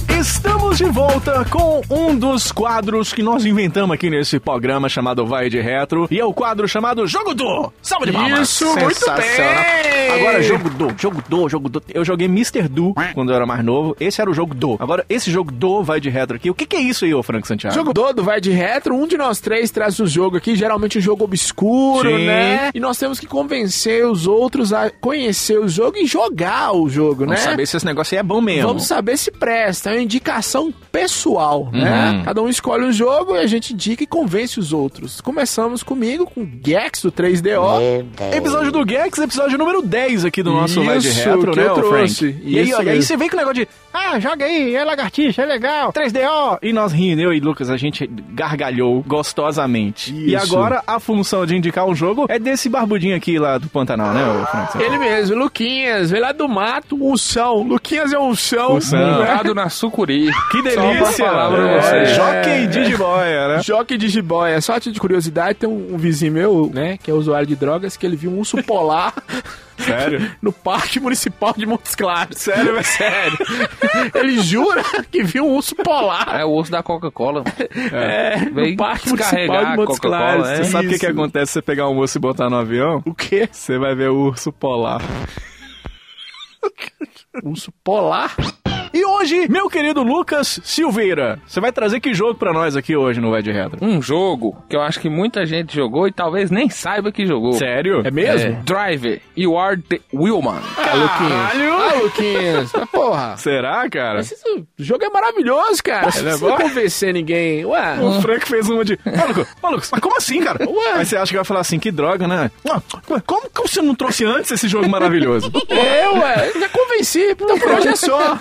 S3: Estamos de volta com um dos quadros que nós inventamos aqui nesse programa chamado Vai de Retro. E é o quadro chamado Jogo do! Salve de palmas!
S4: Isso, muito bem!
S3: Agora, jogo do, jogo do, jogo do. Eu joguei Mr. Do quando eu era mais novo. Esse era o jogo do. Agora, esse jogo do vai de retro aqui. O que, que é isso aí, ô Frank Santiago?
S4: Jogo todo vai de retro, um de nós três traz o jogo aqui, geralmente um jogo obscuro,
S3: Sim.
S4: né? E nós temos que convencer os outros a conhecer o jogo e jogar o jogo,
S3: Vamos
S4: né?
S3: saber se esse negócio aí é bom mesmo.
S4: Vamos saber se presta, é uma indicação pessoal, né?
S3: Uhum.
S4: Cada um escolhe um jogo e a gente indica e convence os outros. Começamos comigo com Gex do 3DO.
S3: Episódio do Gex, episódio número 10 aqui do nosso
S4: Isso
S3: Vai de Retro,
S4: que
S3: né,
S4: eu
S3: ô
S4: trouxe.
S3: Frank? E aí,
S4: Isso
S3: ó, e aí
S4: mesmo.
S3: você vem com o negócio de, ah, joga aí, é lagartixa, é legal, 3DO. E nós rindo, eu e Lucas, a gente gargalhou gostosamente. E
S4: Isso.
S3: agora a função de indicar um jogo é desse barbudinho aqui lá do Pantanal, né, ô Frank?
S4: Ele mesmo, Luquinhas, veio lá do mato, unção. Luquinhas é unção.
S3: Unção.
S4: né?
S5: Comprado na Sucuri.
S3: Que
S5: Só
S3: delícia!
S5: uma palavra pra
S3: É,
S5: você.
S3: Jockey Digiboy, né?
S4: Joque de jiboia. Só a título de curiosidade, tem um, um vizinho meu, né, que é usuário de drogas, que ele viu um urso polar
S3: Sério?
S4: no Parque Municipal de Montes Claros.
S3: Sério, mas sério.
S4: Ele jura que viu um urso polar.
S5: É o osso da Coca-Cola.
S4: É, no
S5: Veio
S4: Parque Municipal
S5: descarregar
S4: de
S5: a
S4: Montes
S5: Coca-Cola,
S4: Claros.
S5: é.
S3: Você sabe o que, que
S4: Isso.
S3: acontece se você pegar um moço e botar no avião?
S4: O quê?
S3: Você vai ver o urso polar.
S4: Urso polar?
S3: E hoje, meu querido Lucas Silveira, você vai trazer que jogo pra nós aqui hoje no Vai de Retro?
S5: Um jogo que eu acho que muita gente jogou e talvez nem saiba que jogou.
S3: Sério?
S4: É mesmo?
S5: Um É, Driver, You Are the Willman.
S4: Ah, Luquinhas. Ah, Luquinhas. Mas, porra. né,
S3: Será, cara?
S4: Esse jogo é maravilhoso, cara. Você
S3: Ele é
S4: não precisa
S3: bom?
S4: convencer ninguém. Ué,
S3: O Frank fez uma de. Ah, Lucas, ah, Lucas, mas como assim, cara?
S4: Hum. Ué.
S3: Aí você acha que vai falar assim, que droga, né? Ah, Como, como você não trouxe antes esse jogo maravilhoso?
S4: é, ué. Já convenci. Então, por hoje é só.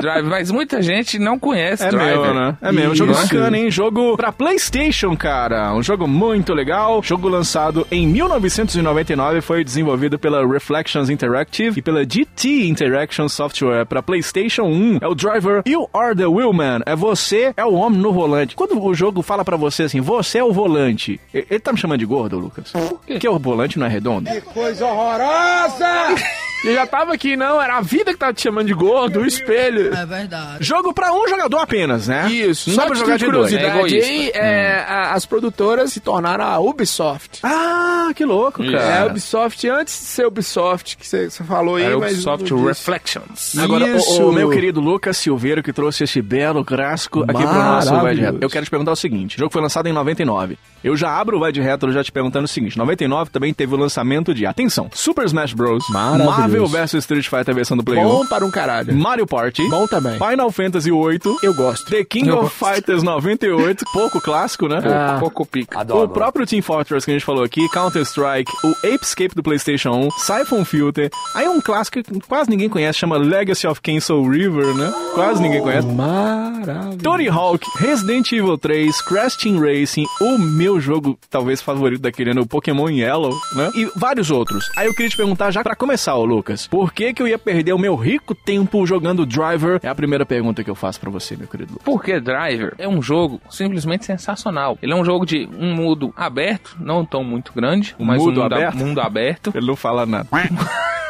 S5: Driver, mas muita gente não conhece
S3: É
S5: Driver.
S3: meu, né? É mesmo. Jogo bacana, hein? Jogo pra PlayStation, cara. Um jogo muito legal. Jogo lançado em 1999. Foi desenvolvido pela Reflections Interactive e pela GT Interaction Software pra PlayStation 1. É o Driver You Are the Wheelman. É você, é o homem no volante. Quando o jogo fala pra você assim, você é o volante. e- Ele tá me chamando de gordo, Lucas? Porque o volante não é redondo. Que coisa horrorosa!
S4: E já tava aqui, não, era a vida que tá tava te chamando de gordo, o espelho.
S9: É verdade.
S3: Jogo pra um jogador apenas, né?
S4: Isso,
S3: Não
S4: só
S3: dá
S4: pra
S3: pra
S4: jogar de né?
S3: dois.
S5: é
S4: curiosidade.
S5: egoísta.
S4: aí, é, a- as produtoras se tornaram a Ubisoft.
S3: Ah, que louco,
S5: Isso.
S4: É, a
S3: cara.
S4: Ubisoft, antes de ser Ubisoft, que você falou aí,
S5: Era
S4: mas...
S5: Ubisoft
S4: não disse.
S5: Reflections.
S3: Agora, o-
S4: Isso.
S3: o, meu querido Lucas Silveiro, que trouxe esse belo clássico aqui pro nosso Vai de Retro. Eu quero te perguntar o seguinte: o jogo foi lançado em 99. Eu já abro o Vai de Retro já te perguntando o seguinte: 99 também teve o lançamento de, atenção, Super Smash Bros.
S4: Maravilhoso.
S3: Marvel vs Street Fighter versão do Play
S4: Bom para um caralho.
S3: 1. Mario Party.
S4: Bom também.
S3: Final Fantasy VIII.
S4: Eu gosto.
S3: The King of Fighters 98, pouco clássico, né?
S4: Ah.
S5: Pouco pica.
S3: O próprio Team Fortress que a gente falou aqui, Counter-Strike, o Apescape do PlayStation 1, Siphon Filter. Aí um clássico que quase ninguém conhece, chama Legacy of Kain Soul River, né? Quase ninguém conhece.
S4: Maravilhoso.
S3: Tony Hawk, Resident Evil 3, Crash Team Racing, o meu jogo talvez favorito daquele ano, o Pokémon Yellow, né? E vários outros. Aí eu queria te perguntar já pra começar, ô Lucas, por que que eu ia perder o meu rico tempo jogando Driver? É a primeira pergunta que eu faço pra você, meu querido Lucas.
S5: Porque Driver é um jogo simplesmente sensacional. Ele é um jogo de um mundo aberto, não tão muito grande,
S3: Um
S5: mas um
S3: mundo
S5: mundo a-
S3: aberto?
S5: mundo aberto.
S3: Ele não fala nada.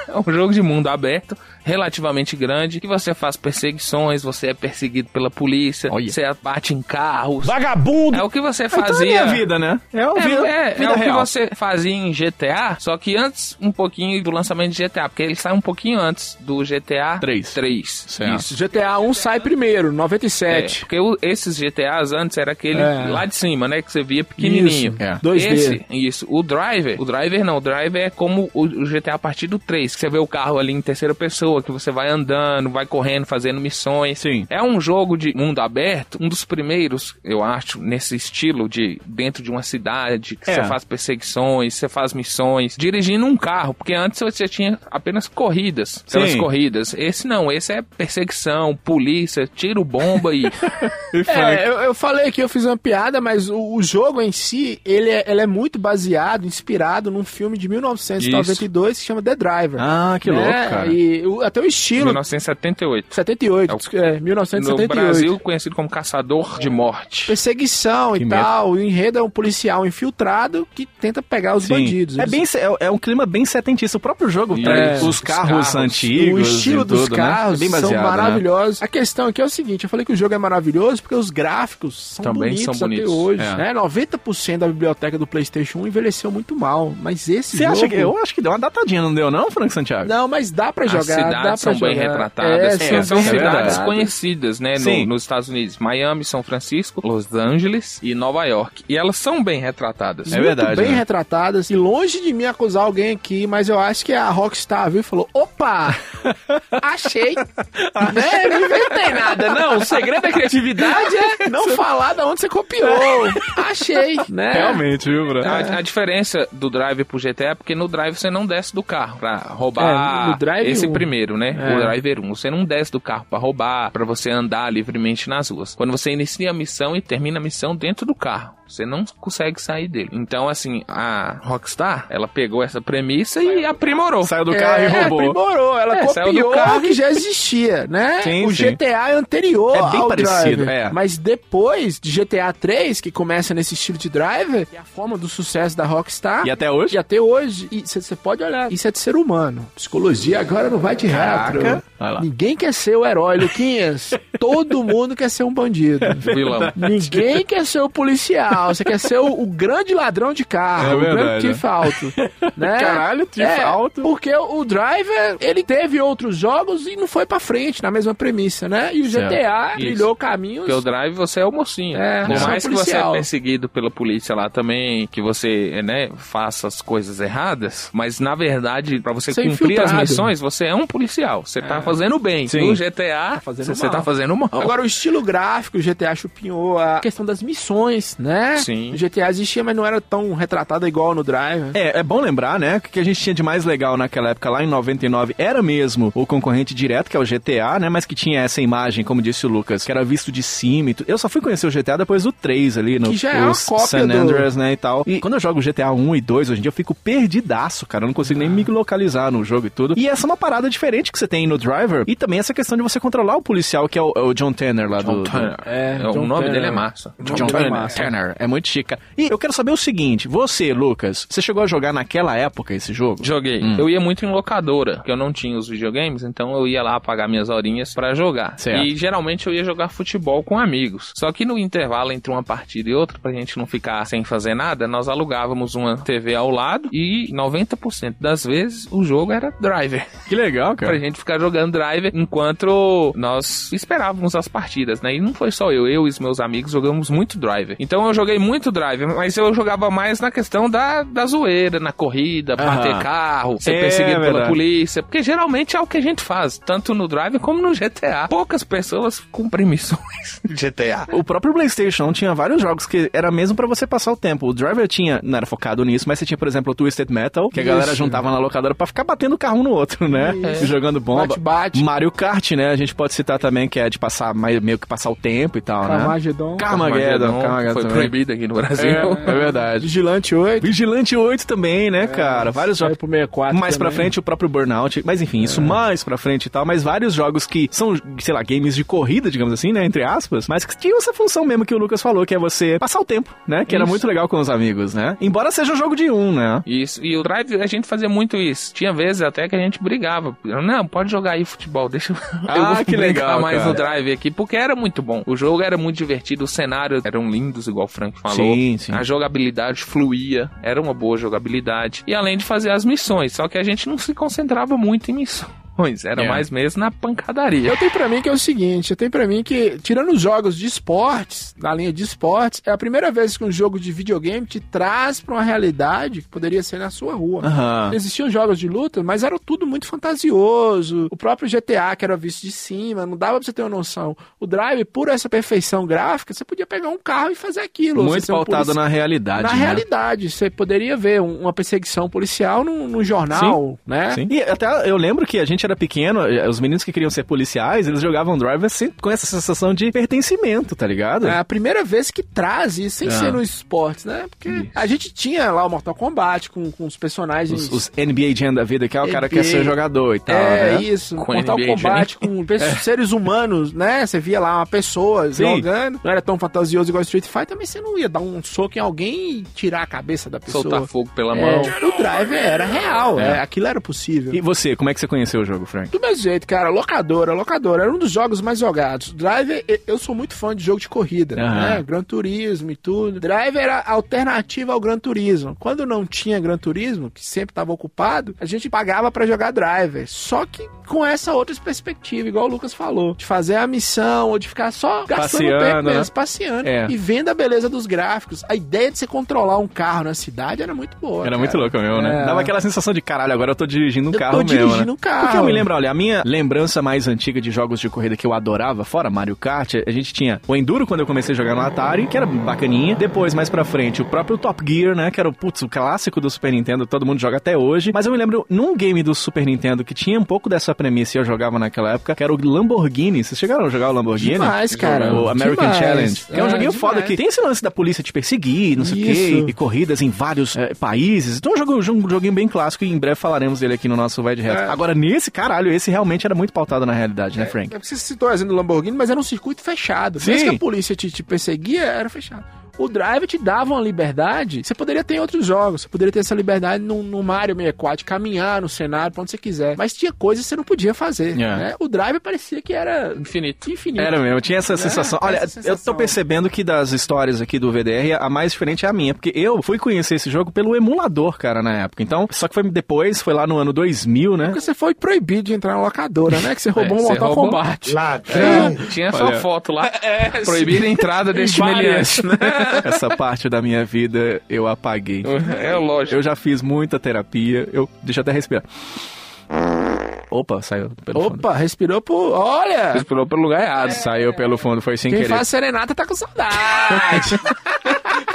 S5: É um jogo de mundo aberto, relativamente grande, que você faz perseguições, você é perseguido pela polícia,
S3: Olha.
S5: você bate em carros.
S3: Vagabundo!
S5: É o que você
S3: Então
S5: fazia.
S3: é a minha vida, né? É, o
S5: É,
S3: vida,
S5: é, é
S3: vida
S5: o que
S3: real.
S5: você fazia em GTA, só que antes um pouquinho do lançamento de GTA, porque ele sai um pouquinho antes do GTA
S3: Três.
S5: 3.
S3: Certo.
S5: é Isso.
S4: GTA 1 sai primeiro,
S5: É,
S4: 97.
S5: porque o- esses GTAs antes era aquele
S4: É.
S5: lá de cima, né? Que você via pequenininho.
S4: Isso, é. 2D.
S5: Esse, isso. O Driver, o Driver não, o Driver é como o, o GTA a partir do 3, que você vê o carro ali em terceira pessoa, que você vai andando, vai correndo, fazendo missões.
S3: Sim.
S5: É um jogo de mundo aberto, um dos primeiros, eu acho, nesse estilo de dentro de uma cidade, que
S3: É.
S5: você faz perseguições, você faz missões, dirigindo um carro, porque antes você tinha apenas corridas, aquelas
S3: Sim.
S5: corridas. Esse não, esse é perseguição, polícia, tiro bomba e
S3: E Frank,
S4: É, eu, eu falei que eu fiz uma piada, mas o, o jogo em si, ele é, ele é muito baseado, inspirado num filme de 1992 que chama The Driver.
S3: Ah, que
S4: Né?
S3: louco, cara.
S4: E o- até o estilo,
S5: 1978.
S4: 78, é,
S5: No
S4: 1978.
S5: Brasil, conhecido como Caçador de Morte.
S4: Perseguição e
S3: Que medo.
S4: tal, o enredo é um policial infiltrado que tenta pegar os
S3: Sim.
S4: bandidos.
S3: É,
S4: Eles-
S3: bem, é, é um clima bem setentista. O próprio jogo
S5: Isso.
S3: traz os
S5: Os
S3: carros
S5: carros,
S3: antigos.
S4: É. o estilo
S3: e
S4: dos
S3: tudo, né?
S4: carros
S3: É bem
S4: são
S3: baseado, né?
S4: maravilhosos. A questão aqui é o seguinte, eu falei que o jogo é maravilhoso porque os gráficos são
S5: Também
S4: bonitos
S5: são bonitos,
S4: até hoje,
S3: é.
S4: né? 90% da biblioteca do PlayStation 1 envelheceu muito mal, mas esse
S3: Você
S4: jogo
S3: acha que. é Eu acho que deu uma datadinha, não deu, não, Frank Santiago?
S4: Não, mas dá pra jogar,
S5: As cidades
S4: dá pra
S5: são bem
S4: jogar.
S5: retratadas.
S4: É,
S5: É, são
S4: bem
S5: cidades
S4: retratadas.
S5: conhecidas, né? no-
S3: Sim.
S5: nos Estados Unidos. Miami, São Francisco, Los Angeles e Nova York. E elas são bem retratadas.
S3: É
S4: muito
S3: verdade,
S4: bem
S3: né?
S4: retratadas. E longe de mim acusar alguém aqui, mas eu acho que a Rockstar viu e falou: opa! Achei! né? Não inventei nada, não. O segredo da criatividade é não falar da onde você copiou. Achei, né?
S3: Realmente, viu, Bruno?
S4: Ah, é.
S5: A, a diferença do Drive pro GTA é porque no Drive você não desce do carro pra
S4: É, no
S5: roubar
S4: Drive
S5: esse
S4: um.
S5: primeiro, né?
S4: É.
S5: O Driver 1. Você não desce do carro pra roubar, pra você andar livremente nas ruas. Quando você inicia a missão e termina a missão dentro do carro. Você não consegue sair dele. Então, assim, a Rockstar, ela pegou essa premissa e aprimorou.
S3: Saiu do carro e
S4: É,
S3: roubou.
S4: aprimorou, ela
S5: É, saiu do
S4: copiou
S5: carro
S4: o que já existia, né?
S3: Sim,
S4: o
S3: sim.
S4: GTA é anterior
S3: É bem
S4: ao
S3: parecido,
S4: Driver,
S3: é.
S4: mas depois de GTA 3, que começa nesse estilo de Driver, é a forma do sucesso da Rockstar,
S3: E até hoje?
S4: E até hoje, e você pode olhar, isso é de ser humano. Psicologia agora não vai de retro.
S3: Vai lá.
S4: Ninguém quer ser o herói, Luquinhas. Todo mundo quer ser um bandido.
S5: vilão.
S4: Ninguém quer ser o policial. Você quer ser o, o grande ladrão de carro,
S3: É
S4: o grande
S3: verdade, né?
S4: thief alto. Né?
S3: Caralho, thief
S4: é,
S3: alto.
S4: Porque o Driver, ele teve outros jogos e não foi pra frente na mesma premissa, né? E o
S3: Certo.
S4: GTA
S5: Isso.
S4: trilhou caminhos.
S5: Porque o drive você é o mocinho.
S4: É,
S5: Por
S4: você é
S5: mais
S4: o
S5: que você
S4: policial.
S5: é perseguido pela polícia lá também, que você, né, faça as coisas erradas, mas na verdade, pra você
S4: Você é
S5: cumprir as
S4: infiltrado.
S5: missões, você é um policial. Você tá fazendo bem.
S3: Sim.
S5: No GTA,
S4: fazendo
S5: você
S4: mal.
S5: tá fazendo mal.
S3: Oh.
S4: Agora, o estilo gráfico, o GTA chupinhou a questão das missões, né?
S5: Sim.
S4: O GTA existia, mas não era tão retratada igual no Driver.
S3: É, é bom lembrar, né, que o que a gente tinha de mais legal naquela época, lá em 99, era mesmo o concorrente direto, que é o GTA, né, mas que tinha essa imagem, como disse o Lucas, que era visto de cima e tudo. Eu só fui conhecer o GTA depois do 3 ali, no
S4: Que já é uma
S3: os
S4: cópia
S3: San
S4: do-
S3: Andreas, né, e tal. E quando eu jogo GTA 1 e 2, hoje em dia eu fico perdidaço, cara, eu não consigo
S4: Ah.
S3: nem me localizar no jogo e tudo. E essa é uma parada diferente que você tem no Driver, e também essa questão de você controlar o policial, que é o, é o John Tanner lá do.
S5: John
S3: do-
S5: Turner.
S4: É,
S5: o
S4: John
S5: nome
S4: Turner.
S5: dele é massa.
S4: John
S5: John
S4: Turner é
S5: Turner.
S4: massa.
S5: Turner.
S3: É muito chique. cara. E eu quero saber o seguinte: você, Lucas, você chegou a jogar naquela época esse jogo?
S5: Joguei. Eu ia muito em locadora, porque eu não tinha os videogames, então eu ia lá pagar minhas horinhas pra jogar.
S3: Certo.
S5: E geralmente eu ia jogar futebol com amigos. Só que no intervalo entre uma partida e outra, pra gente não ficar sem fazer nada, nós alugávamos uma TV ao lado e 90% das vezes o jogo era driver.
S3: Que legal,
S5: Pra gente ficar jogando driver enquanto nós esperávamos as partidas, né? E não foi só eu, eu e os meus amigos jogamos muito driver. Então eu joguei muito driver, mas eu jogava mais na questão da, da zoeira, na corrida,
S3: Aham.
S5: bater carro, ser
S3: É,
S5: perseguido pela
S3: verdade.
S5: polícia. Porque geralmente é o que a gente faz, tanto no driver como no GTA. Poucas pessoas cumprem missões de GTA.
S3: O próprio PlayStation tinha vários jogos que era mesmo pra você passar o tempo. O Driver tinha, não era focado nisso, mas você tinha, por exemplo, o Twisted Metal, que a galera juntava na locadora pra ficar batendo carro um no outro, né? E Jogando bomba.
S4: Bate, bate.
S3: Mario Kart, né? A gente pode citar também que é de passar mais- meio que passar o tempo e tal, né?
S4: Carmageddon.
S3: Carmageddon, Carmageddon
S5: foi
S3: também.
S5: proibido aqui no Brasil.
S3: É, é verdade.
S4: Vigilante 8.
S3: Vigilante 8 também, né, cara? Vários
S4: Vai
S3: jogos.
S4: pro 64
S3: Mais pra
S4: também. É.
S3: frente o próprio Burnout, mas enfim, isso mais pra frente e tal, mas vários jogos que são, sei lá, games de corrida, digamos assim, né, entre aspas, mas que tinham essa função mesmo que o Lucas falou, que é você passar o tempo, né, que era muito legal com os amigos, né? Embora seja um jogo de um, né?
S5: Isso. E o drive, a gente fazia muito isso. Tinha vezes até que a gente brigava. Eu, Não, pode jogar aí futebol, deixa eu.
S3: Ah,
S5: eu vou
S3: que
S5: brincar
S3: legal,
S5: mais
S3: cara.
S5: no drive aqui, porque era muito bom. O jogo era muito divertido, os cenários eram lindos, igual o Frank falou.
S3: Sim, sim.
S5: A jogabilidade fluía, era uma boa jogabilidade. E além de fazer as missões, só que a gente não se concentrava muito em missões. Era
S3: É.
S5: mais mesmo na pancadaria.
S4: Eu tenho pra mim que é o seguinte, eu tenho pra mim que, tirando os jogos de esportes, na linha de esportes, é a primeira vez que um jogo de videogame te traz pra uma realidade que poderia ser na sua rua.
S3: Aham.
S4: Existiam jogos de luta, mas era tudo muito fantasioso. O próprio GTA, que era visto de cima, não dava pra você ter uma noção. O Drive, por essa perfeição gráfica, você podia pegar um carro e fazer aquilo. Ou você
S3: Muito
S4: ser um
S3: pautado
S4: polici-
S3: na realidade,
S4: Na
S3: né?
S4: realidade, você poderia ver um- uma perseguição policial num, num jornal, né?
S3: Sim. E até eu lembro que a gente era pequeno, eh, os meninos que queriam ser policiais, eles jogavam Driver sem- com essa sensação de pertencimento, tá ligado?
S4: É a primeira vez que traz isso, sem
S3: Ah.
S4: ser no esporte, né? Porque a gente tinha lá o Mortal Kombat com, com os personagens.
S3: Os, os NBA Jam da vida, que é o cara que quer
S4: NBA.
S3: ser jogador e tal,
S4: é,
S3: né?
S4: isso.
S5: Com
S4: Mortal
S5: NBA,
S4: Kombat com pe- seres humanos, né? Você via lá uma pessoa
S3: Sim.
S4: jogando. Não era tão fantasioso igual Street Fighter, mas você não ia dar um soco em alguém e tirar a cabeça da pessoa.
S5: Soltar fogo pela mão.
S4: É, o drive era real, é, aquilo era possível.
S3: E você, como é que você conheceu o jogo, Frank?
S4: Do mesmo jeito, cara, locadora, locadora, era um dos jogos mais jogados. Driver, e- eu sou muito fã de jogo de corrida,
S3: Aham.
S4: né? Gran Turismo e tudo. Driver era a alternativa ao Gran Turismo. Quando não tinha Gran Turismo, que sempre tava ocupado, a gente pagava pra jogar Driver. Só que com essa outra perspectiva, igual o Lucas falou, de fazer a missão ou de ficar só gastando
S3: Passeando,
S4: tempo
S3: né?
S4: mesmo, passeando
S3: É.
S4: e vendo a beleza dos gráficos. A ideia de você controlar um carro na cidade era muito boa.
S3: Era muito louco mesmo, né?
S4: É.
S3: Dava aquela sensação de caralho, agora eu tô dirigindo um
S4: Eu
S3: carro
S4: tô
S3: mesmo.
S4: dirigindo
S3: né?
S4: um carro.
S3: Porque eu me lembro, olha, a minha lembrança mais antiga de jogos de corrida que eu adorava, fora Mario Kart, a gente tinha o Enduro quando eu comecei a jogar no Atari, que era bacaninha. Depois, mais pra frente, o próprio Top Gear, né? Que era o putz, o clássico do Super Nintendo, todo mundo joga até hoje. Mas eu me lembro num game do Super Nintendo que tinha um pouco dessa premissa e eu jogava naquela época, que era o Lamborghini. Vocês chegaram a jogar o Lamborghini?
S4: Demais, cara.
S3: O American
S4: Demais.
S3: Challenge. Que é um
S4: É,
S3: joguinho foda
S4: demais.
S3: que tem esse lance da polícia te perseguir, não sei o quê,
S4: Isso.
S3: e corridas em vários eh, países. Então é um, jogo, um joguinho bem clássico e em breve falaremos dele aqui no nosso Vai de Reto. Agora, nesse caralho, esse realmente era muito pautado na realidade, né, Frank?
S4: É. É porque você citou exemplo do Lamborghini, mas era um circuito fechado. Sim.
S3: Sim.
S4: Mesmo que a polícia te, te perseguia, era fechado. O Drive te dava uma liberdade. Você poderia ter em outros jogos. Você poderia ter essa liberdade no, no Mario 64, de caminhar no cenário, pra onde você quiser. Mas tinha coisas que você não podia fazer.
S3: É.
S4: né? O Drive parecia que era
S5: Infinito.
S4: infinito.
S3: Era mesmo, tinha essa sensação. Olha,
S4: É, essa
S3: eu tô
S4: sensação.
S3: percebendo que das histórias aqui do VDR, a mais diferente é a minha, porque eu fui conhecer esse jogo pelo emulador, cara, na época. Então, só que foi depois, foi lá no ano 2000, né?
S4: Porque você foi proibido de entrar na locadora, né? Que
S3: É,
S4: você roubou um
S5: você
S4: Mortal
S5: roubou.
S4: Kombat.
S5: Tinha essa foto lá.
S3: É,
S5: proibida a entrada deste
S4: várias.
S5: meliante.
S3: Essa parte da minha vida eu apaguei.
S5: É lógico.
S3: Eu já fiz muita terapia. Eu deixa eu até respirar. Opa, saiu pelo fundo.
S4: Opa, respirou por. Olha!
S3: Respirou pelo lugar errado. Saiu pelo fundo, foi sem
S4: Quem
S3: querer.
S4: faz serenata tá com saudade.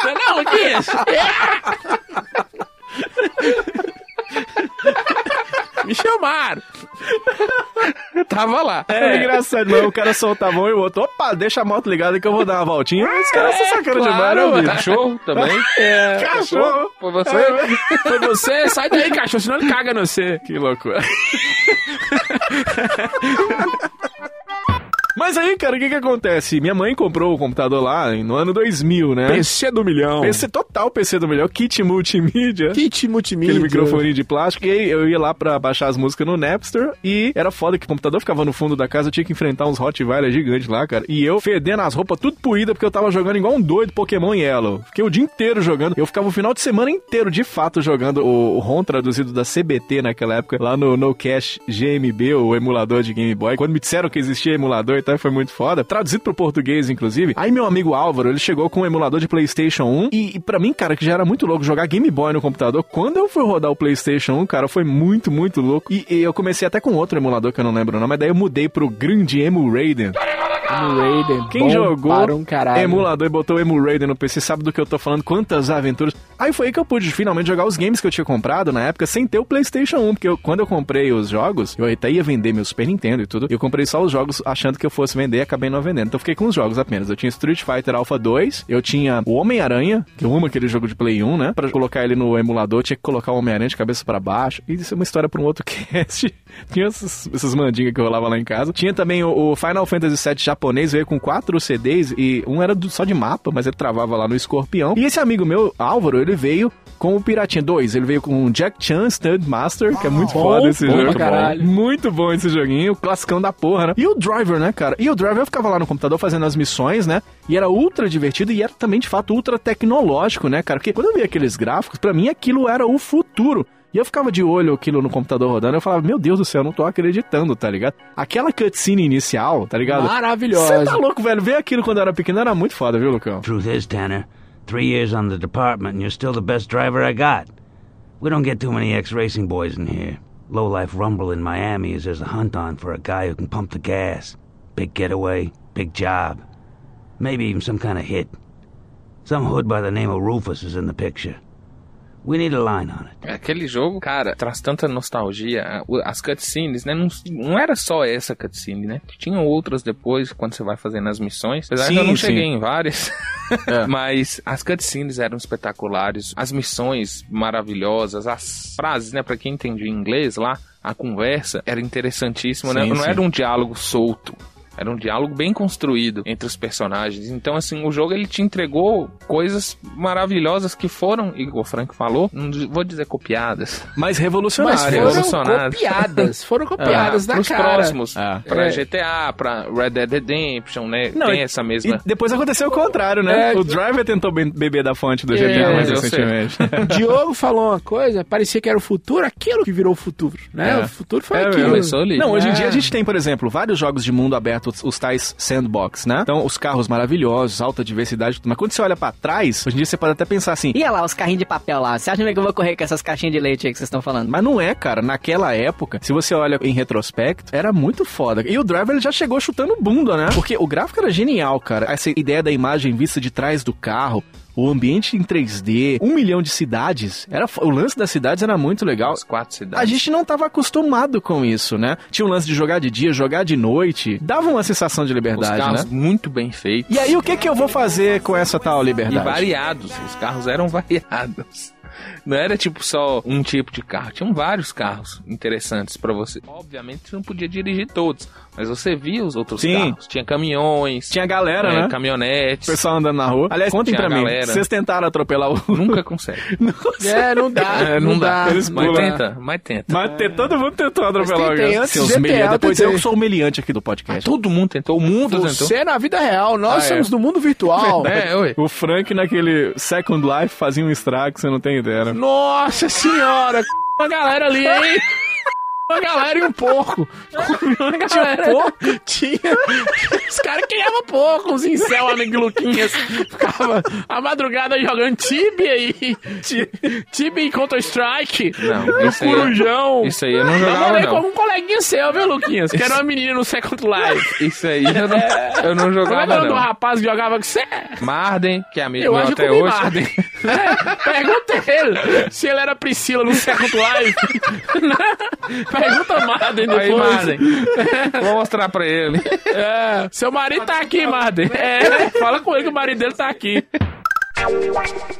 S4: não, Luquinhas. Me chamaram.
S5: Tava lá.
S3: Era É engraçado, mas o cara soltava um e o outro. Opa, deixa a moto ligada que eu vou dar uma voltinha. Os caras são sacanas
S5: Claro,
S3: demais, né, bicho?
S5: cachorro também. É,
S3: Cachorro. É.
S5: Foi você?
S4: Foi você? Sai daí, cachorro, senão ele caga no você.
S3: Que loucura. Mas aí, cara, o que que acontece? Minha mãe comprou o computador lá no ano 2000, né?
S4: PC do milhão.
S3: PC total PC do melhor, kit multimídia.
S4: Kit multimídia.
S3: Aquele microfone de plástico, e aí eu ia lá pra baixar as músicas no Napster, e era foda que o computador ficava no fundo da casa, eu tinha que enfrentar uns Rottweiler gigantes lá, cara. E eu fedendo as roupas tudo poída, porque eu tava jogando igual um doido Pokémon Yellow. Fiquei o dia inteiro jogando, eu ficava o final de semana inteiro, de fato, jogando o o ROM traduzido da CBT naquela época, lá no No Cash GMB, o emulador de Game Boy. Quando me disseram que existia emulador e tal, foi muito foda. Traduzido pro português, inclusive. Aí meu amigo Álvaro, ele chegou com um emulador de PlayStation 1. E, e para mim, cara, que já era muito louco jogar Game Boy no computador, quando eu fui rodar o PlayStation 1, cara, foi muito, muito louco. E, e eu comecei até com outro emulador que eu não lembro o nome, mas daí eu mudei pro grande Emu Raiden.
S4: Raiden.
S3: Quem
S4: bom
S3: jogou é
S4: para um caralho.
S3: emulador e botou Emu Raiden no PC sabe do que eu tô falando, quantas aventuras. Aí foi aí que eu pude finalmente jogar os games que eu tinha comprado na época sem ter o PlayStation 1, porque eu- quando eu comprei os jogos, eu até ia vender meu Super Nintendo e tudo, eu comprei só os jogos achando que eu fosse vender e acabei não vendendo. Então eu fiquei com os jogos apenas. Eu tinha Street Fighter Alpha 2, eu tinha o Homem-Aranha, que eu amo aquele jogo de Play 1, né? Pra colocar ele no emulador, eu tinha que colocar o Homem-Aranha de cabeça pra baixo. E isso é uma história pra um outro cast. tinha essas, essas mandingas que rolava lá em casa. Tinha também o, o Final Fantasy VII japonês, veio com quatro CDs e um era do- só de mapa, mas ele travava lá no escorpião. E esse amigo meu, Álvaro, ele veio com o Piratinha 2. Ele veio com o Jack Chan Stunt Master, que é muito
S4: Ah, bom,
S3: foda esse
S4: bom pra
S3: jogo.
S4: caralho.
S3: Muito bom esse joguinho, classicão da porra, né? E o Driver, né, cara? E o Driver eu ficava lá no computador fazendo as missões, né? E era ultra divertido e era também, de fato, ultra tecnológico, né, cara? Porque quando eu via aqueles gráficos, pra mim aquilo era o futuro. E eu ficava de olho aquilo no computador rodando, eu falava, meu Deus do céu, eu não tô acreditando, tá ligado? Aquela cutscene inicial, tá ligado? Você
S4: Maravilhosa.
S3: tá louco, velho? Ver aquilo quando eu era pequeno era muito foda, viu, Lucão?
S9: Truth is, Tanner, three years on the department and you're still the best driver I got. We don't get too many ex racing boys in here. Lowlife Rumble in Miami is there's a hunt on for a guy who can pump the gas. Big getaway, big job. Maybe even some kind of hit. Some hood by the name of Rufus is in the picture. We need a line on it.
S5: Aquele jogo, cara, traz tanta nostalgia. A- o- As cutscenes, né? Não, não era só essa cutscene, né? Tinham outras depois, quando você vai fazendo as missões. Apesar que eu
S3: Sim,
S5: não
S3: sim.
S5: cheguei em várias.
S3: É.
S5: Mas as cutscenes eram espetaculares. As missões maravilhosas. As frases, né? Pra quem entendia inglês lá, a conversa era interessantíssima, né?
S3: Sim,
S5: Não
S3: sim.
S5: era um diálogo solto. Era um diálogo bem construído entre os personagens. Então, assim, o jogo ele te entregou coisas maravilhosas que foram, igual o Frank falou, não di- vou dizer copiadas.
S3: Mas
S4: Mas é
S3: revolucionário.
S5: Mario,
S4: foram
S5: emocionado.
S4: copiadas. Foram copiadas da
S5: É, pros
S4: cara.
S5: próximos.
S3: Ah.
S5: Pra
S4: É.
S5: GTA, pra Red Dead Redemption, né?
S3: Não,
S5: Tem
S3: e-
S5: essa
S3: E
S5: mesma.
S3: depois aconteceu o contrário, né?
S4: É.
S3: O Driver tentou be- beber da fonte do
S5: É,
S3: GTA mais
S5: eu sei.
S3: recentemente.
S4: O Diogo falou uma coisa, parecia que era o futuro, aquilo que virou o futuro, né?
S3: É.
S4: O futuro foi
S3: É,
S4: aquilo.
S5: Começou ali.
S3: Não, hoje em
S4: É.
S3: dia a gente tem, por exemplo, vários jogos de mundo aberto, os, os tais sandbox, né? Então, os carros maravilhosos, alta diversidade, tudo. mas quando você olha pra trás, hoje em dia você pode até pensar assim, "Ih,
S10: E olha lá, os carrinhos de papel lá. Você acha mesmo que eu vou correr com essas caixinhas de leite aí que vocês estão falando?
S3: mas não é, cara. Naquela época, se você olha em retrospecto, era muito foda. E o Driver ele já chegou chutando bunda, né? Porque o gráfico era genial, cara. Essa ideia da imagem vista de trás do carro, o ambiente em 3D, um milhão de cidades. Era, fo- o lance das cidades era muito legal.
S5: As quatro cidades.
S3: A gente não tava acostumado com isso, né? Tinha um lance de jogar de dia, jogar de noite. Dava uma sensação de
S5: Os
S3: liberdade,
S5: carros
S3: né?
S5: muito bem feitos.
S3: E aí, o que que eu vou fazer com essa tal
S5: E
S3: liberdade?
S5: variados. Os carros eram variados. Não era tipo só um tipo de carro. Tinham vários carros interessantes pra você. Obviamente você não podia dirigir todos, mas você via os outros
S3: Sim.
S5: carros. Tinha caminhões,
S3: Tinha galera,
S5: é,
S3: né?
S5: caminhonetes.
S3: O pessoal andando na rua. Aliás, contem
S5: Tinha
S3: pra mim,
S5: galera.
S3: vocês tentaram atropelar o...
S5: Nunca consegue.
S3: Nossa.
S4: É, não dá.
S5: É,
S4: não, dá. né?
S3: Eles
S5: mas
S3: pulam.
S5: tenta, mas tenta.
S3: Mas te- todo mundo tentou atropelar
S4: tentei
S3: alguém.
S4: antes,
S3: Seus
S4: GTA,
S3: melia- Depois eu
S4: tentei.
S3: que sou o meliante aqui do podcast.
S5: Todo mundo tentou, o mundo tentou.
S4: Você na vida real, nós
S5: Ah, é.
S4: somos do mundo virtual.
S5: É, oi.
S3: O Frank naquele Second Life fazia um estrago, que você não tem ideia, né?
S4: Nossa senhora, uma galera ali, hein? Uma galera e um porco. Tinha porco? Tinha. Os caras criavam porco, uns
S5: É
S4: incel, amigo Luquinhas. Ficava a madrugada jogando Tibia aí. Tibia e Counter-Strike.
S5: Não, isso aí- é-
S4: Corujão.
S5: Isso aí eu não jogava,
S4: Namorei com
S5: não.
S4: algum um coleguinha seu, viu, Luquinhas? Que era uma menina no Second Life.
S5: Isso aí eu não, eu não
S4: Como é que é o
S5: jogava,
S4: nome do
S5: Ah, não.
S4: rapaz que jogava com você?
S5: Marden, que é amigo
S4: Eu
S5: meu
S4: acho que
S5: até
S4: eu comi
S5: hoje.
S4: Marden. né? Pergunta ele se ele era Priscila no Second Life. Né? Pergunta a Marden depois.
S5: Aí, Marden. Vou mostrar pra ele.
S4: É, seu marido tá aqui, Marden. É, fala com ele que o marido dele tá aqui.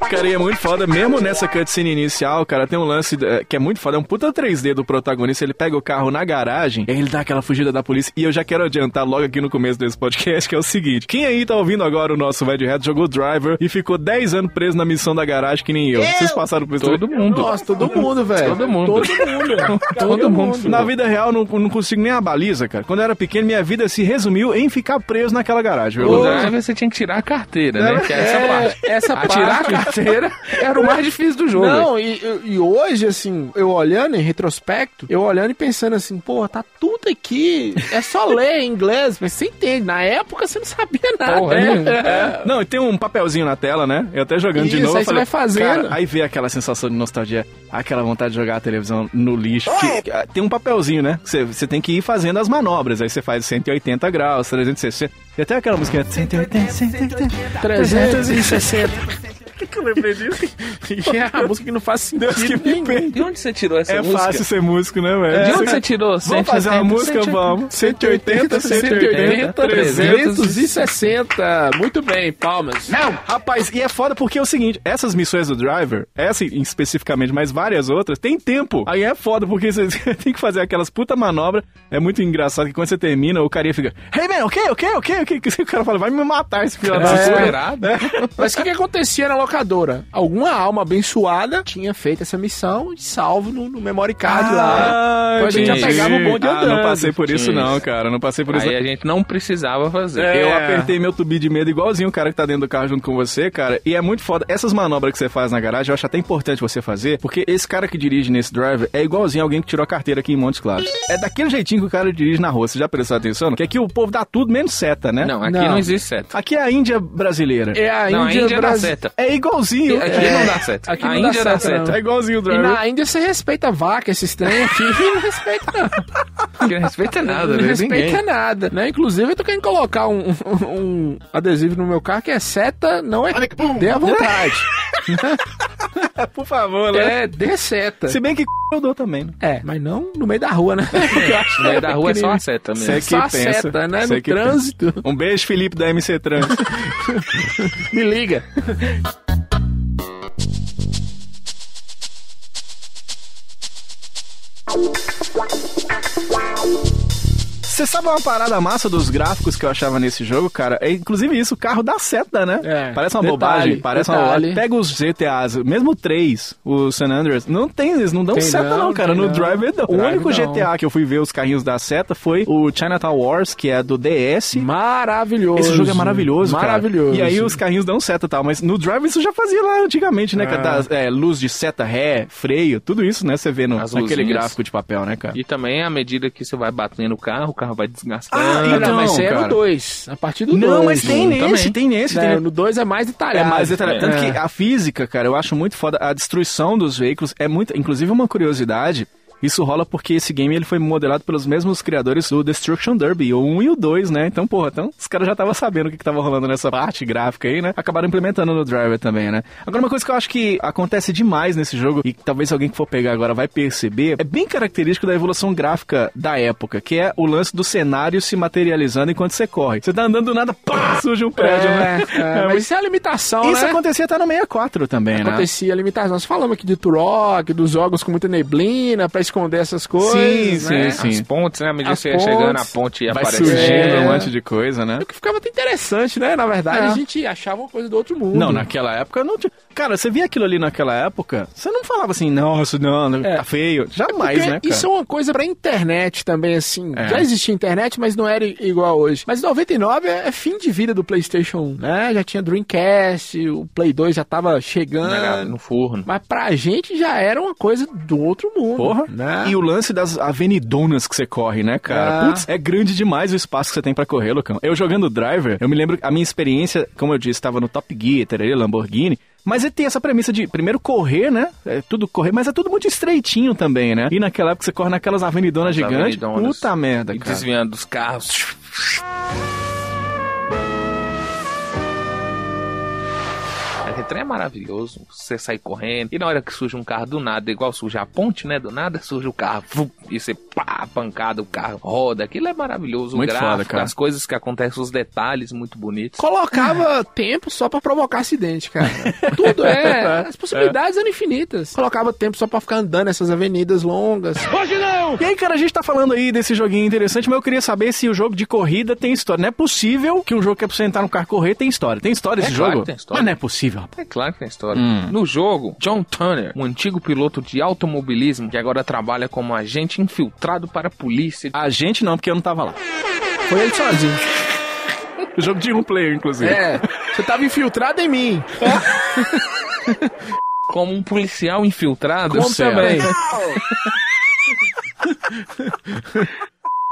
S3: Cara, e é muito foda, mesmo nessa cutscene inicial, cara, tem um lance eh, que é muito foda, é um puta 3D do protagonista, ele pega o carro na garagem, e aí ele dá aquela fugida da polícia, e eu já quero adiantar logo aqui no começo desse podcast, que é o seguinte, quem aí tá ouvindo agora o nosso Red Hat jogou Driver e ficou 10 anos preso na missão da garagem que nem eu, vocês passaram por isso?
S5: Todo mundo.
S4: Nossa, todo mundo, velho.
S5: Todo mundo.
S4: Todo mundo.
S5: Todo mundo.
S3: Na vida real, eu não, eu não consigo nem a baliza, cara. Quando eu era pequeno, minha vida se resumiu em ficar preso naquela garagem.
S5: O
S3: viu?
S5: driver você tinha que tirar a carteira, né? Que é essa parte.
S4: É, essa
S5: Atirar
S4: parte.
S5: a carteira era o mais difícil do jogo.
S4: Não, e, e hoje, assim, eu olhando em retrospecto, eu olhando e pensando assim, pô, tá tudo aqui, é só ler em inglês, mas você entende. Na época você não sabia nada.
S5: Porra,
S4: né?
S5: nenhuma.
S4: É.
S3: Não, e tem um papelzinho na tela, né? Eu até jogando de
S4: Isso,
S3: novo.
S4: aí
S3: eu
S4: você vai fazendo.
S3: Cara, aí vê aquela sensação de nostalgia, aquela vontade de jogar a televisão no lixo. que- que- tem um papelzinho, né? Que Você, você tem que ir fazendo as manobras. Aí você faz 180 graus, 360. E até aquela música 180, 180.
S4: 360. Que é a música que não faz sentido.
S3: Deus que me
S4: nenhum.
S3: perdoe.
S5: De onde você tirou essa
S3: É
S5: música?
S3: fácil ser músico, né, velho?
S5: De onde você tirou?
S3: Vamos fazer uma
S5: 180,
S3: música, vamos. 180, 180, 300.
S4: 360. Muito bem, palmas.
S3: Rapaz, e é foda porque é o seguinte, essas missões do Driver, essa em- especificamente, mas várias outras, tem tempo. Aí é foda porque você tem que fazer aquelas puta manobra. É muito engraçado que quando você termina, o carinha fica, hey man, o quê, o quê, o quê, o quê? O cara fala, vai me matar esse
S4: É.
S3: filho da
S5: Tá
S3: puta." É.
S5: desesperado.
S4: Mas o que, que acontecia na locadora? Alguma alma abençoada tinha feito essa missão e salvo no, no memory card lá.
S3: Ah,
S4: Então a gente já
S3: entendi.
S4: pegava o bonde
S3: Ah, não
S4: andando.
S3: passei por isso
S5: Tinha
S3: não,
S5: isso.
S3: cara, não passei por isso
S4: é
S5: Aí a gente não precisava fazer.
S3: Eu apertei meu tubi de medo igualzinho o cara que tá dentro do carro junto com você, cara. E é muito foda. Essas manobras que você faz na garagem, eu acho até importante você fazer, porque esse cara que dirige nesse driver é igualzinho alguém que tirou a carteira aqui em Montes Claros. É daquele jeitinho que o cara dirige na rua. Você já prestou atenção? Que aqui o povo dá tudo menos seta, né?
S5: Não, aqui
S4: Não.
S5: não, existe seta.
S3: Aqui é a Índia brasileira.
S4: É a
S5: não, a
S4: Índia,
S5: Índia dá
S4: Brasil.
S5: seta.
S3: É igualzinho.
S5: Aqui não dá seta.
S4: Aqui
S5: a
S4: não dá
S5: Índia dá
S4: seta,
S5: seta.
S4: não.
S3: É igualzinho o
S4: E
S3: driver.
S4: na Índia você respeita a vaca, esse trem aqui não respeita não.
S5: Aqui não respeita nada,
S4: não
S5: né?
S4: respeita
S5: Ninguém.
S4: nada. Né? Inclusive, eu tô querendo colocar um, um- um adesivo no meu carro que é seta, não é. Dê
S3: Né?
S4: à vontade.
S3: Por favor, né?
S4: é, dê seta.
S3: Se bem que c... eu dou também, né?
S4: É, mas não no meio da rua, né?
S5: No meio da rua é só uma seta mesmo.
S3: Sei
S4: Só a seta, né?
S3: sei
S4: No
S3: que pensa.
S4: trânsito.
S3: Um beijo, Felipe, da MC Trans.
S4: Me liga.
S3: Você sabe uma parada massa dos gráficos que eu achava nesse jogo, cara? É inclusive isso, o carro dá seta, né?
S4: É.
S3: Parece uma
S4: Detalhe,
S3: bobagem, parece uma
S4: detalhe.
S3: bobagem. Pega os GTAs, mesmo três, o San Andreas, não tem, eles não dão
S4: Tem
S3: seta não,
S4: não,
S3: cara,
S4: tem
S3: no
S4: não.
S3: Driver não. o
S4: Drive
S3: único
S4: não.
S3: GTA que eu fui ver os carrinhos da seta foi o Chinatown Wars, que é do DS.
S4: Maravilhoso.
S3: Esse jogo é maravilhoso, cara.
S4: Maravilhoso.
S3: E aí os carrinhos dão seta e tal, mas no Driver isso já fazia lá antigamente, né? cara? Das- é, luz de seta, ré, freio, tudo isso, né? Você vê no,
S5: As
S3: naquele
S5: luzinhas.
S3: gráfico de papel, né, cara?
S5: E também, à medida que você vai batendo o carro, o carro vai
S3: Ah,
S5: desgastando.
S4: Não,
S3: Então,
S4: mas esse era
S3: cara.
S4: o 2. A partir do 2.
S3: Não, mas tem
S5: Também.
S3: nesse, tem nesse, tem
S4: Né,
S3: nesse.
S4: no 2 é mais detalhado.
S3: É mais detalhado. Tanto
S4: É.
S3: que a física, cara, eu acho muito foda. A destruição dos veículos é muito. Inclusive, uma curiosidade. Isso rola porque esse game ele foi modelado pelos mesmos criadores do Destruction Derby, o 1 e o 2, né? Então, porra, então, os caras já estavam sabendo o que, que tava rolando nessa parte gráfica aí, né? Acabaram implementando no Driver também, né? Agora, uma coisa que eu acho que acontece demais nesse jogo, e que talvez alguém que for pegar agora vai perceber, é bem característico da evolução gráfica da época, que é o lance do cenário se materializando enquanto você corre. Você tá andando do nada, pá, surge um prédio, né?
S4: É, é, mas isso é a limitação,
S3: Isso
S4: né?
S3: acontecia até no 64 também, né?
S4: Acontecia a limitação. Nós falamos aqui de Turok, dos jogos com muita neblina pra esconder essas coisas.
S3: sim,
S4: né?
S3: sim.
S5: As pontes, né? À medida
S4: As
S5: que você ia chegando na
S4: pontes.
S5: ponte e
S3: Vai
S5: aparecendo.
S3: surgindo
S4: É.
S3: um monte de coisa, né?
S4: O que ficava até interessante, né? Na verdade,
S3: É.
S4: a gente achava uma coisa do outro mundo. É
S3: Não, naquela época não tinha. Cara, você via aquilo ali naquela época, você não falava assim, nossa, não, não,
S4: É.
S3: tá feio. Jamais,
S4: Porque
S3: né? Cara?
S4: isso é uma coisa pra internet também, assim.
S3: É.
S4: Já existia internet, mas não era i- igual hoje. Mas 99 é é fim de vida do PlayStation 1, né? Já tinha Dreamcast, o Play 2 já tava
S5: né,
S4: chegando.
S5: No forno.
S4: Mas pra gente já era uma coisa do outro mundo.
S3: Porra.
S4: Né?
S3: E o lance das avenidonas que você corre, né, cara?
S4: É.
S3: Putz, é grande demais o espaço que você tem pra correr, Lucão. Eu jogando Driver, eu me lembro a minha experiência, como eu disse, estava no Top Gear, tererê, Lamborghini. Mas ele tem essa premissa de primeiro correr, né? É tudo correr, mas é tudo muito estreitinho também, né? E naquela época você corre naquelas avenidonas
S5: As
S3: gigantes.
S5: avenidonas.
S3: Puta merda,
S5: E
S3: cara.
S5: desviando dos carros. A gente trem é maravilhoso. Você sai correndo. E na hora que surge um carro do nada, igual surge a ponte, né? Do nada surge o carro. vum, e você pá, pancada, o carro roda. Aquilo é maravilhoso.
S3: Muito
S5: o gráfico,
S3: foda, cara.
S5: as coisas que acontecem, os detalhes muito bonitos.
S3: É.
S4: Colocava tempo só pra provocar acidente, cara. Tudo é. As possibilidades eram infinitas. Colocava tempo só pra ficar andando essas avenidas longas.
S3: Hoje não! E aí, cara, a gente tá falando aí desse joguinho interessante, mas eu queria saber se o jogo de corrida tem história. Não é possível que um jogo que é pra você entrar no carro e correr tem história. Tem história
S5: É
S3: esse
S5: claro
S3: jogo?
S5: que tem história.
S3: Mas não é possível, rapaz.
S5: É claro que tem história.
S3: Hum.
S5: No jogo, John Turner, um antigo piloto de automobilismo que agora trabalha como agente infiltrado para a polícia.
S3: A gente não, porque eu não tava lá.
S4: Foi ele sozinho.
S3: O jogo de um player, inclusive.
S4: É. Você tava infiltrado em mim.
S5: Como um policial infiltrado.
S4: Como
S5: Certo.
S4: também.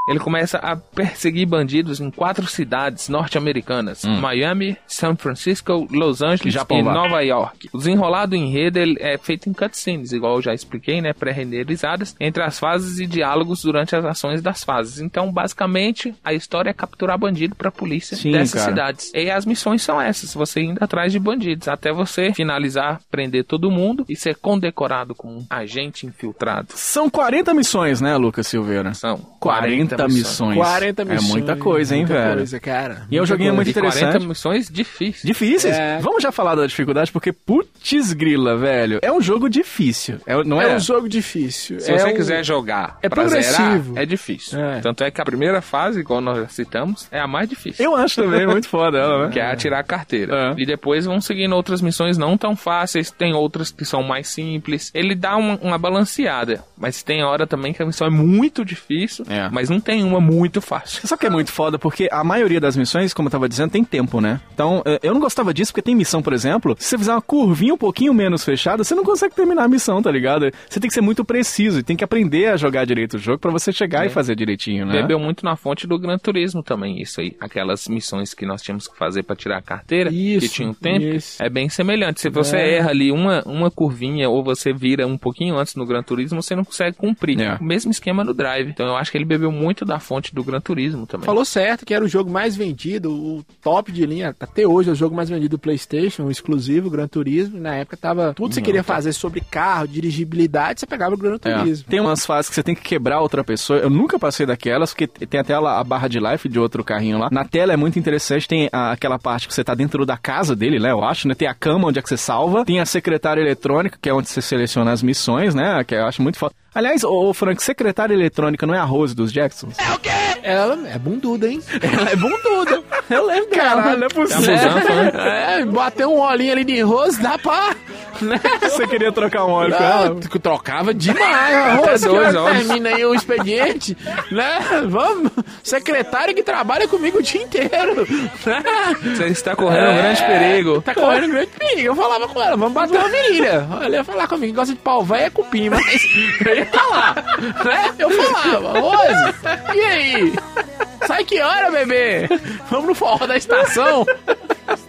S5: Ele começa a perseguir bandidos em quatro cidades norte-americanas:
S4: Hum.
S5: Miami, São Francisco, Los Angeles
S3: Japão,
S5: e
S3: vá.
S5: Nova York. O desenrolado em rede ele é feito em cutscenes, igual eu já expliquei, né, pré-renderizadas, entre as fases e diálogos durante as ações das fases. Então, basicamente, a história é capturar bandido pra polícia
S3: Sim,
S5: dessas
S3: cara.
S5: cidades. E as missões são essas: você indo atrás de bandidos até você finalizar, prender todo mundo e ser condecorado como um agente infiltrado.
S3: São 40 missões, né, Lucas Silveira?
S5: São
S3: 40, missões.
S4: 40
S3: É muita coisa, hein,
S4: muita
S3: velho?
S4: coisa, cara.
S3: E é um joguinho muito
S5: E 40
S3: interessante.
S5: missões difíceis.
S3: Difíceis?
S4: É.
S3: Vamos já falar da dificuldade, porque putz grila, velho. É um jogo difícil. É, não é?
S4: É um jogo difícil.
S5: Se
S4: é
S5: você
S4: um-
S5: quiser jogar
S4: é
S5: pra zerar,
S4: progressivo.
S5: é difícil.
S3: É.
S5: Tanto é que a primeira fase, igual nós já citamos, é a mais difícil.
S3: Eu acho também muito foda ela, né?
S5: Que é atirar a carteira.
S3: É.
S5: E depois vão seguindo outras missões não tão fáceis. Tem outras que são mais simples. Ele dá uma, uma balanceada. Mas tem hora também que a missão é muito difícil.
S3: É.
S5: Mas não tem uma muito fácil.
S3: Você sabe que é muito foda, porque a maioria das missões, como eu tava dizendo, tem tempo, né? Então, eh, eu não gostava disso, porque tem missão, por exemplo, se você fizer uma curvinha um pouquinho menos fechada, você não consegue terminar a missão, tá ligado? Você tem que ser muito preciso e tem que aprender a jogar direito o jogo pra você chegar e fazer direitinho, né?
S5: Bebeu muito na fonte do Gran Turismo também, isso aí. Aquelas missões que nós tínhamos que fazer pra tirar a carteira,
S4: Isso,
S5: que tinha um tempo,
S4: isso.
S5: é bem semelhante. Se você erra ali uma, uma curvinha ou você vira um pouquinho antes no Gran Turismo, você não consegue cumprir.
S3: É.
S5: O mesmo esquema no Drive. Então eu acho que ele bebeu muito da fonte do Gran Turismo também.
S4: Falou certo que era o jogo mais vendido, o top de linha, até hoje é o jogo mais vendido do PlayStation, o exclusivo, o Gran Turismo. Na época tava tudo que você queria fazer sobre carro, dirigibilidade, você pegava o Gran Turismo.
S3: É. Tem umas fases que você tem que quebrar outra pessoa. Eu nunca passei daquelas, porque tem até lá a barra de life de outro carrinho lá. Na tela é muito interessante, tem a- aquela parte que você tá dentro da casa dele, né? Eu acho, né? Tem a cama onde é que você salva. Tem a secretária eletrônica, que é onde você seleciona as missões, né? Que eu acho muito foda. Aliás, ô ô, Frank, secretária eletrônica não é a Rose dos Jacksons?
S4: Ela é bunduda, hein? Ela é bunduda. Eu lembro dela.
S3: Caralho, não é possível.
S4: É, bater um olhinho ali de rosto, dá pra... Né?
S3: Você queria trocar um óleo com
S4: Ah,
S3: ela?
S4: eu t- trocava demais, arroz.
S5: dois
S4: que hora
S5: ovos.
S4: termina aí o expediente, né? Vamos, secretário que trabalha comigo o dia inteiro, né?
S5: Você está correndo um grande perigo.
S4: Tá correndo grande perigo. Eu falava com ela, vamos bater uma virilha. Ela ia falar comigo, gosta de pau velho é cupim, mas eu ia falar, né? Eu falava, Rose, e aí? Sai que hora, bebê? Vamos no forró da estação?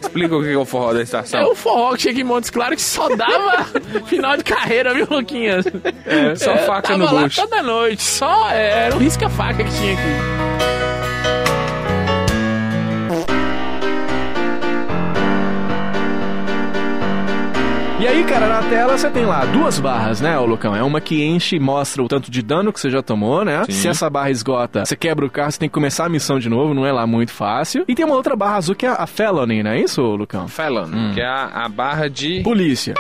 S5: Explica o que é o forró da
S4: É
S5: estação.
S4: o forró que chega em Montes Claros que só dava final de carreira, viu, Luquinhas?
S5: só
S4: É,
S5: faca
S4: tava
S5: no
S4: lá
S5: bucho.
S4: toda noite, só é, era um risca-faca que tinha aqui.
S3: E aí, cara, na tela você tem lá duas barras, né, ô Lucão? É uma que enche e mostra o tanto de dano que você já tomou, né? Se essa barra esgota, você quebra o carro, você tem que começar a missão de novo, não é lá muito fácil. E tem uma outra barra azul que é a Felony, não é isso, ô Lucão?
S5: Felon, que é a, a barra de.
S3: Polícia.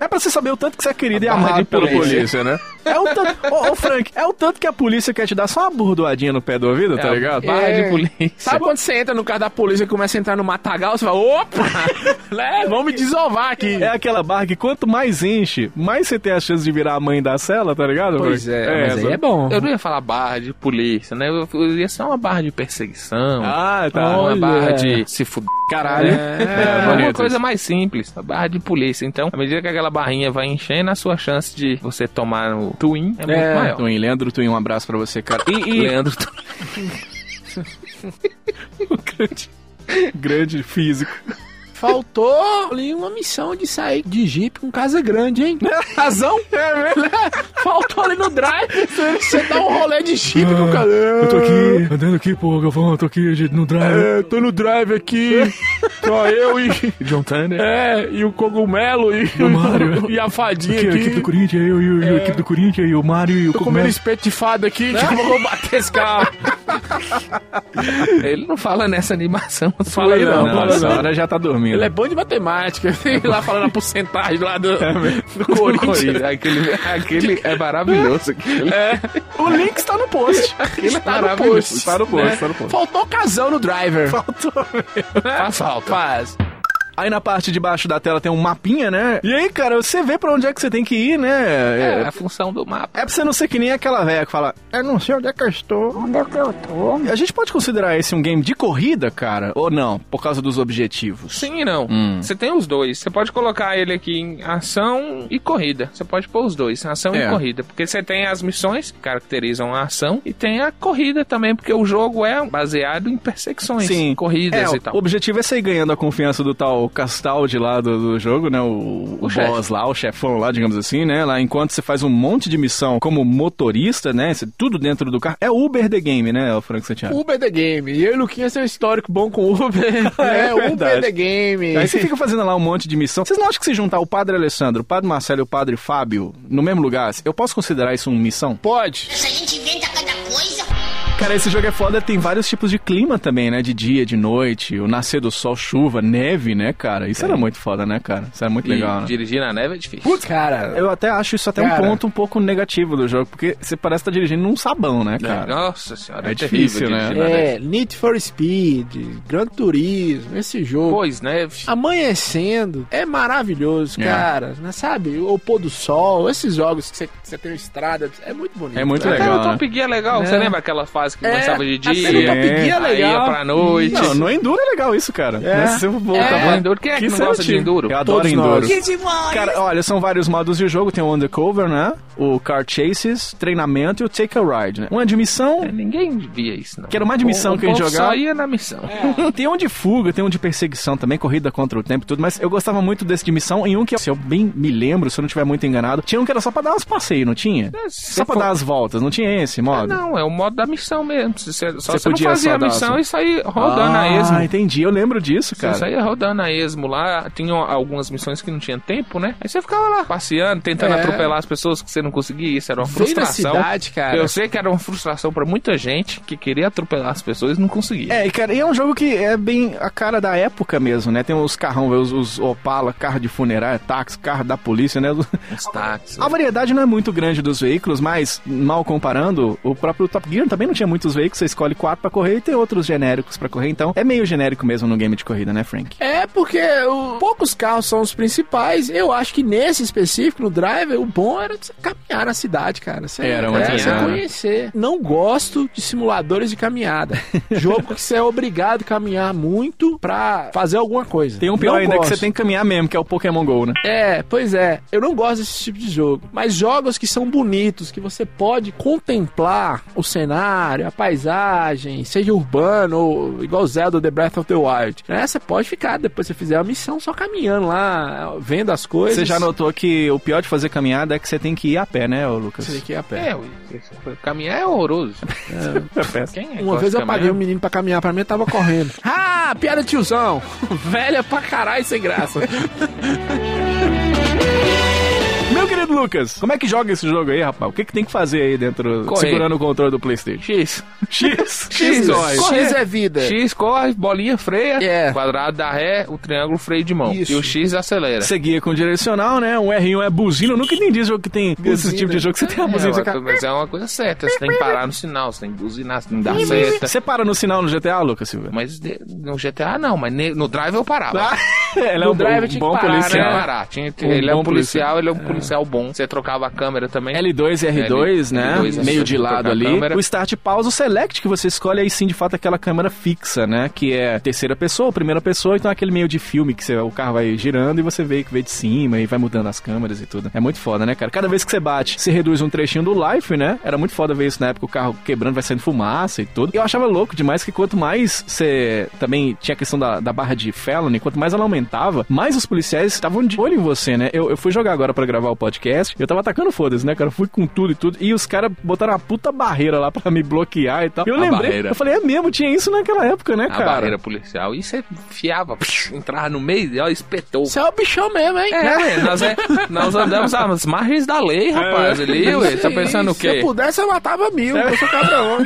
S3: É pra você saber o tanto que você é querido e
S5: barra
S3: amado
S5: de
S3: pela
S5: polícia.
S3: polícia, né? É o tanto. Ô, ô, Frank, é o tanto que a polícia quer te dar só uma burdoadinha no pé do ouvido, tá
S5: a
S3: ligado?
S5: Barra
S4: É.
S5: de polícia.
S4: Sabe quando você entra no carro da polícia e começa a entrar no matagal, você fala, opa, né, vamos me desovar aqui.
S3: É aquela barra que quanto mais enche, mais você tem a chance de virar a mãe da cela, tá ligado? Frank?
S5: é,
S3: essa.
S4: bom.
S5: Eu não ia falar barra de polícia, né? Eu eu ia ser uma barra de perseguição.
S3: Ah, tá.
S5: É uma
S4: olha.
S5: barra de se fuder.
S3: Caralho.
S5: É,
S3: bonito
S5: uma
S3: isso.
S5: coisa mais simples, a barra de polícia. Então, à medida que aquela barrinha vai enchendo, a sua chance de você tomar o twin é, muito maior.
S3: Twin, Leandro Twin, um abraço pra você, cara. E, e-
S5: Leandro, tu-
S3: grande, grande físico.
S4: Faltou ali uma missão de sair de Jeep com casa grande, hein? Né? Razão? É verdade. Faltou ali no drive. Você dá um rolê de Jeep com casa.
S3: Eu tô aqui, andando aqui, pô, Galvão, eu tô aqui de- no drive.
S4: É, tô no drive aqui. Só eu e.
S3: John Tanner.
S4: É, e o cogumelo e.
S3: O Mário.
S4: E a fadinha
S3: Aqui, É. a
S4: aqui.
S3: equipe do Corinthians, eu e o- e a equipe do Corinthians, e o Mário e o
S4: Tô comendo
S3: Cogumelo.
S4: espeto de fada aqui, que eu vou bater esse carro.
S5: Ele não fala nessa animação.
S4: Fala aí, não.
S3: Não, essa hora já tá dormindo.
S4: Ele é bom de matemática. Tem lá falando a porcentagem lá do, É do Corinthians.
S5: Corinthians. Aquele, aquele é maravilhoso. Aquele.
S4: É. O link está no post. Ele está no
S5: maravilhoso.
S4: post.
S5: Está no post, está
S4: no post. Faltou casão no driver. Faltou. Faz falta. Faz.
S3: Aí na parte de baixo da tela tem um mapinha, né? E aí, cara, você vê pra onde é que você tem que ir, né?
S5: É,
S3: É,
S5: a função do mapa.
S3: é pra você não ser que nem aquela velha que fala, eu não sei onde é que eu estou. Onde é que eu tô? A gente pode considerar esse um game de corrida, cara? Ou não? Por causa dos objetivos?
S5: Sim e não.
S3: Hum.
S5: Você tem os dois. Você pode colocar ele aqui em ação e corrida. Você pode pôr os dois, ação
S4: É.
S5: e corrida. Porque você tem as missões que caracterizam a ação e tem a corrida também, porque o jogo é baseado em perseguições, corridas
S3: É,
S5: e tal.
S3: O objetivo é sair ganhando a confiança do tal Castaldi lá do, do jogo, né? O, o,
S5: chefe.
S3: boss lá, o chefão lá, digamos assim, né? Lá enquanto você faz um monte de missão como motorista, né? Você- tudo dentro do carro. É Uber the Game, né, o Franco Santiago?
S4: Uber the Game. E eu e o Luquinhas tem um histórico bom com Uber.
S3: É
S4: É,
S3: verdade.
S4: Uber the Game.
S3: Aí você fica fazendo lá um monte de missão. Vocês não acham que se juntar o padre Alessandro, o padre Marcelo e o padre Fábio no mesmo lugar, eu posso considerar isso uma missão?
S4: Pode.
S11: Essa gente inventa cada coisa.
S3: Cara, esse jogo é foda, tem vários tipos de clima também, né? De dia, de noite, o nascer do sol, chuva, neve, né, cara? Isso era muito foda, né, cara? Isso era muito
S5: E
S3: legal, né?
S5: dirigir na neve é difícil.
S4: Putz, cara.
S3: Eu até acho isso até
S4: Cara.
S3: um ponto um pouco negativo do jogo, porque você parece estar dirigindo num sabão, né,
S5: É,
S3: cara?
S5: Nossa senhora,
S3: É
S5: é, terrível
S3: difícil, né?
S5: dirigir na neve.
S4: É, Need for Speed, Gran Turismo, esse jogo.
S5: Pois, né,
S3: Ah,
S5: neve.
S4: Amanhecendo é maravilhoso,
S3: É.
S4: cara. Né, Sabe? O pôr do sol, esses jogos que você- que você tem estrada, é muito bonito.
S3: É muito
S4: né?
S5: Até
S3: legal,
S5: o Top
S3: né?
S5: Gear é legal. Você lembra aquela fase que
S4: É,
S5: começava de
S4: até
S5: dia?
S4: no
S3: Top
S4: Gear é
S5: aí
S4: legal.
S5: ia pra noite.
S3: Não, no Enduro é legal isso, cara.
S4: É.
S3: Mas se eu voltar
S5: É,
S3: pra-
S5: Enduro, quem é que não
S3: isso
S5: gosta de
S3: antigo.
S5: Enduro?
S3: Eu adoro
S4: Todos
S3: Enduro.
S4: nós.
S11: demais!
S3: Cara, olha, são vários modos de jogo. Tem o Undercover, né? O Car Chases, treinamento e o Take a Ride, né? Um é de missão,
S5: Ninguém via isso, não.
S3: que era mais de missão
S5: O
S3: que a gente
S5: povo
S3: jogava.
S5: Só ia na missão.
S3: Tem um de fuga, tem um de perseguição também, corrida contra o tempo e tudo, mas eu gostava muito desse de missão em um que, se eu bem me lembro, se eu não estiver muito enganado, tinha um que era só pra dar uns passeios, não tinha?
S5: É, se
S3: Só pra
S5: for-
S3: dar as voltas, não tinha esse
S5: Ah,
S3: modo?
S5: não, é o modo da missão mesmo. Se Você,
S3: Você
S5: só você,
S3: podia
S5: não fazia
S3: só
S5: a
S3: dar
S5: missão
S3: assim.
S5: e sair rodando a
S3: Ah,
S5: esmo.
S3: entendi, eu lembro disso,
S5: Você
S3: cara.
S5: saía rodando a esmo lá, tinha algumas missões que não tinha tempo, né? Aí você ficava lá passeando, tentando
S4: É.
S5: atropelar as pessoas que você não conseguia, isso era uma
S4: Vem na
S5: frustração.
S4: cidade, cara.
S5: Eu sei que era uma frustração pra muita gente que queria atropelar as pessoas e não conseguia.
S3: É, e cara, e é um jogo que é bem a cara da época mesmo, né? Tem os carrão, os, os Opala, carro de funerária, táxi, carro da polícia, né?
S4: É.
S5: Os táxis.
S3: A variedade não é muito grande dos veículos, mas, mal comparando, o próprio Top Gear também não tinha muitos veículos. Você escolhe quatro pra correr e tem outros genéricos pra correr. Então, é meio genérico mesmo no game de corrida, né, Frank?
S4: É, porque o- poucos carros são os principais. Eu acho que nesse específico, no driver, o bom era você caminhar na cidade, cara. Você,
S3: Era uma
S4: é, você
S5: caminhada.
S4: conhecer. Não gosto de simuladores de caminhada. Jogo que você é obrigado a caminhar muito pra fazer alguma coisa.
S3: Tem um pior
S4: Não
S3: ainda
S4: gosto.
S3: que você tem que caminhar mesmo, que é o Pokémon GO, né?
S4: É, pois é. Eu não gosto desse tipo de jogo. Mas jogos que são bonitos, que você pode contemplar o cenário, a paisagem, seja urbano ou igual Zelda The Breath of the Wild. Né? Você pode ficar, depois que você fizer a missão, só caminhando lá, vendo as coisas.
S3: Você já notou que o pior de fazer caminhada é que você tem que ir a pé, né, ô Lucas?
S4: Você tem que ir a pé.
S5: É, ui, caminhar é horroroso. Quem é que
S4: Uma
S5: gosta
S4: vez
S5: de
S4: eu paguei
S5: caminhar?
S4: um menino pra caminhar pra mim, eu tava correndo. ah, piada de tiozão. Velha pra caralho, sem graça.
S3: Meu querido Lucas, como é que joga esse jogo aí, rapaz? O que, que tem que fazer aí dentro,
S5: Correr.
S3: segurando o controle do PlayStation?
S5: X.
S3: X,
S5: X,
S3: dói.
S5: corre.
S4: X é vida.
S5: X corre, bolinha freia,
S4: É.
S5: quadrado dá ré, o triângulo freio de mão.
S4: Isso.
S5: E o X acelera.
S3: Você guia com direcional, né? Um R1 é buzina. Eu nunca entendi jogo que tem esse tipo de jogo que você tem a buzina.
S5: É,
S3: você fica-
S5: mas é uma coisa certa, você tem que parar no sinal, você tem que buzinar, você tem que dar seta.
S3: Você para no sinal no GTA, Lucas Silva?
S5: Mas de- no GTA não, mas ne- no Drive eu parava.
S3: Ela é
S4: No
S3: um
S4: drive
S3: bom,
S4: tinha que
S3: bom
S4: parar,
S5: Tinha que
S3: policial.
S5: parar. Tinha que-
S3: Um
S5: ele é
S3: bom
S5: um
S3: policial.
S5: policial,
S3: É
S5: ele é um policial bom. Você trocava a câmera também.
S3: L2 e R2,
S5: L-
S3: né?
S5: L2,
S3: Meio
S5: você
S3: de lado
S5: trocar a
S3: ali.
S5: câmera.
S3: O Start Pause, o Select que você escolhe, aí sim, de fato, é aquela câmera fixa, né? Que é terceira pessoa, primeira pessoa, então é aquele meio de filme que você- o carro vai girando e você vê que vê de cima e vai mudando as câmeras e tudo. É muito foda, né, cara? Cada vez que você bate, se reduz um trechinho do life, né? Era muito foda ver isso na época, o carro quebrando, vai saindo fumaça e tudo. E eu achava louco demais que quanto mais você também tinha a questão da, da barra de felony, quanto mais ela aumentava, aguentava, mais os policiais estavam de olho em você, né? Eu, eu fui jogar agora pra gravar o podcast, eu tava atacando foda-se, né, cara? Eu fui com tudo e tudo, e os caras botaram a puta barreira lá pra me bloquear e tal. Eu
S5: A
S3: lembrei,
S5: barreira.
S3: eu falei, é mesmo, tinha isso naquela época, né,
S5: a
S3: cara?
S5: barreira policial. E você enfiava, psh, entrava no meio e ó, espetou.
S4: Você é o bichão mesmo, hein? Né?
S5: É, ué, nós, é, nós andamos às margens da
S3: É.
S5: lei, rapaz, ali, ué, tá pensando o
S4: Se
S5: quê?
S4: eu pudesse, eu matava mil, eu sou cabrão.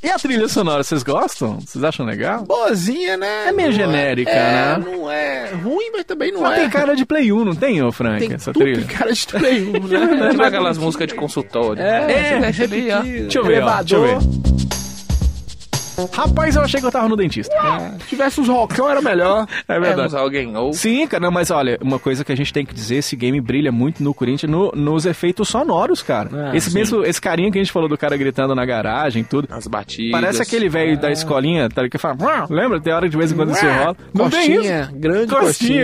S3: E a trilha sonora, vocês gostam? Vocês acham legal?
S4: Boazinha, né?
S3: É meio
S4: Não
S3: genérica,
S4: é,
S3: né?
S4: não é ruim, mas também não
S3: Ela
S4: é.
S3: tem cara de Play 1, não tem, ô Frank,
S4: Tem
S3: essa
S4: tudo
S3: trilha?
S4: cara de Play 1, né? Tipo,
S5: Tipo aquelas músicas de consultório.
S3: É,
S5: você deixa ali, ó.
S3: Deixa eu ver, ó, deixa eu ver. Rapaz, eu achei que eu tava no dentista.
S4: Se tivesse uns rockão, era melhor.
S3: É verdade.
S5: alguém ou...
S3: Sim, cara, não, mas olha, uma coisa que a gente tem que dizer, esse game brilha muito no Corinthians no- nos efeitos sonoros, cara.
S5: Ah,
S3: esse
S5: sim.
S3: mesmo, esse carinha que a gente falou do cara gritando na garagem, e tudo.
S5: As batidas.
S3: Parece aquele velho da escolinha, tá, ligado, que fala, "Uau", lembra? Tem hora de vez em quando isso
S5: Uau,
S3: rola. Não tem
S4: costinha,
S3: isso.
S4: grande
S3: costinha.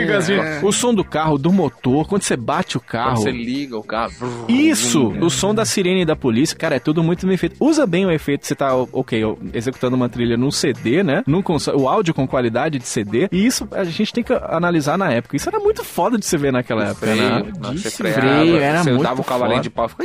S4: costinha,
S3: costinha.
S4: é.
S3: O som do carro, do motor, quando você bate o
S5: Quando
S3: carro.
S5: você liga o carro. vrr,
S3: Isso,
S5: vrr.
S3: o som da sirene da polícia, cara, é tudo muito bem feito. Usa bem o efeito, você tá, ok, executando uma trilha num CD, né? Num cons- o áudio com qualidade de CD. E isso a gente tem que analisar na época. Isso era muito foda de se ver naquela época, né?
S5: Freio, nossa, você
S4: Disse
S5: freava,
S4: freio, era
S5: você
S4: muito
S5: dava o cavalinho
S4: foda.
S5: de pau, ficava...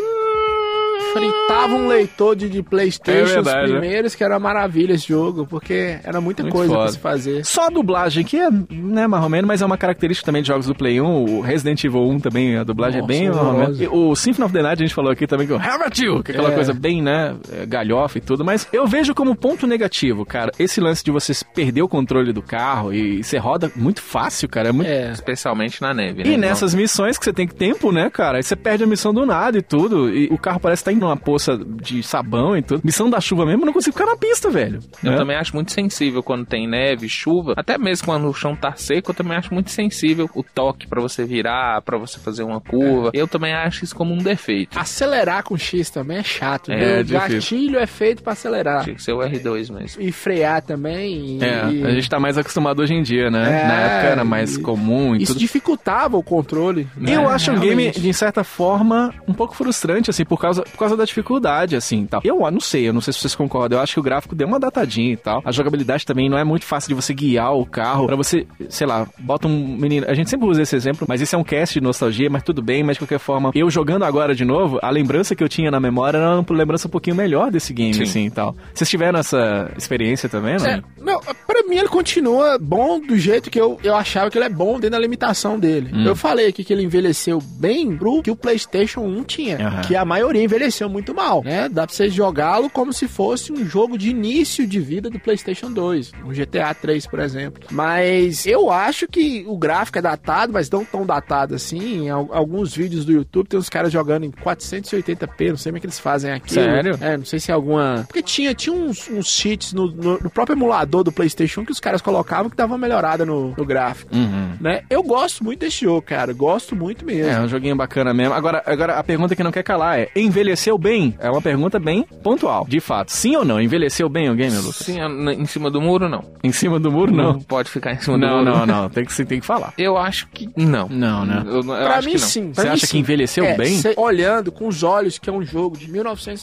S4: Fritava um leitor de, de
S3: É
S4: Playstation os
S3: verdade, né?
S4: primeiros, que era uma maravilha esse jogo, porque era muita
S3: Muito
S4: coisa
S3: foda.
S4: pra se fazer.
S3: Só a dublagem, que é, né, mais ou menos, mas é uma característica também de jogos do Play 1. O Resident Evil 1 também, a dublagem
S4: Nossa,
S3: é bem. mais ou menos.
S4: horrorosa.
S3: E O Symphony of the Night a gente falou aqui também que o Hammer You, que é aquela
S4: É.
S3: coisa bem, né, é, galhofa e tudo, mas eu vejo como ponto negativo, cara, esse lance de você perder o controle do carro e você roda muito fácil, cara. É muito.
S4: É.
S5: Especialmente na neve, né?
S3: E nessas missões que você tem que tempo, né, cara? Aí você perde a missão do nada e tudo. E o carro parece estar tá indo numa poça de sabão e tudo. Missão da chuva mesmo, eu não consigo ficar na pista, velho.
S5: Eu
S3: né?
S5: também acho muito sensível quando tem neve, chuva, até mesmo quando o chão tá seco, eu também acho muito sensível o toque pra você virar, pra você fazer uma curva.
S3: É.
S5: Eu também acho isso como um defeito.
S4: Acelerar com X também é chato,
S5: É,
S4: né?
S5: é
S4: o gatilho é feito pra acelerar.
S5: Tinha que ser o R2 mesmo.
S4: E frear também. e-
S3: É,
S4: e-
S3: a gente tá mais acostumado hoje em dia, né?
S4: É,
S3: Na época era mais
S4: e-
S3: comum e
S4: Isso
S3: tudo.
S4: dificultava o controle. né?
S3: Eu acho um game,
S4: Realmente.
S3: de certa forma, um pouco frustrante, assim, por causa, por causa da dificuldade, assim, e tal. Eu ah, não sei, eu não sei se vocês concordam. Eu acho que o gráfico deu uma datadinha e tal. A jogabilidade também não é muito fácil de você guiar o carro pra você, sei lá, bota um menino. A gente sempre usa esse exemplo, mas esse é um cast de nostalgia, mas tudo bem, mas de qualquer forma, eu jogando agora de novo, a lembrança que eu tinha na memória era uma lembrança um pouquinho melhor desse game,
S5: Sim.
S3: assim, e tal. Vocês tiveram essa experiência também, né?
S4: É, não, pra mim ele continua bom do jeito que eu, eu achava que ele é bom dentro da limitação dele. Eu falei aqui que ele envelheceu bem pro que o PlayStation 1 tinha,
S3: Aham.
S4: que a maioria envelheceu muito mal, né? Dá pra você jogá-lo como se fosse um jogo de início de vida do PlayStation um 2, o GTA 3, por exemplo. Mas eu acho que o gráfico é datado, mas não tão datado assim. Em al- alguns vídeos do YouTube tem uns caras jogando em 480p, não sei como é que eles fazem aqui.
S3: Sério?
S4: É, não sei se é alguma. Porque tinha, tinha uns, uns cheats no, no- no próprio emulador do PlayStation que os caras colocavam que dava uma melhorada no, no gráfico.
S3: Uhum.
S4: Né? Eu gosto muito desse jogo, cara. Gosto muito mesmo.
S3: É, um joguinho bacana mesmo. Agora, agora, a pergunta que não quer calar é: envelheceu bem? É uma pergunta bem pontual, de fato. Sim ou não? Envelheceu bem o game, Lucas?
S5: Sim, Assim, em cima do muro, não.
S3: Em cima do muro, não.
S5: Pode ficar em cima do
S3: Não,
S5: muro.
S3: não, não. Tem que, você tem que falar.
S5: Eu acho que não.
S3: Não, né?
S5: Eu, eu
S4: pra
S5: acho
S4: mim,
S5: que não.
S4: sim. pra
S3: Você
S4: mim,
S3: acha que
S4: sim.
S3: envelheceu
S4: É,
S3: bem?
S4: cê olhando com os olhos que é um jogo de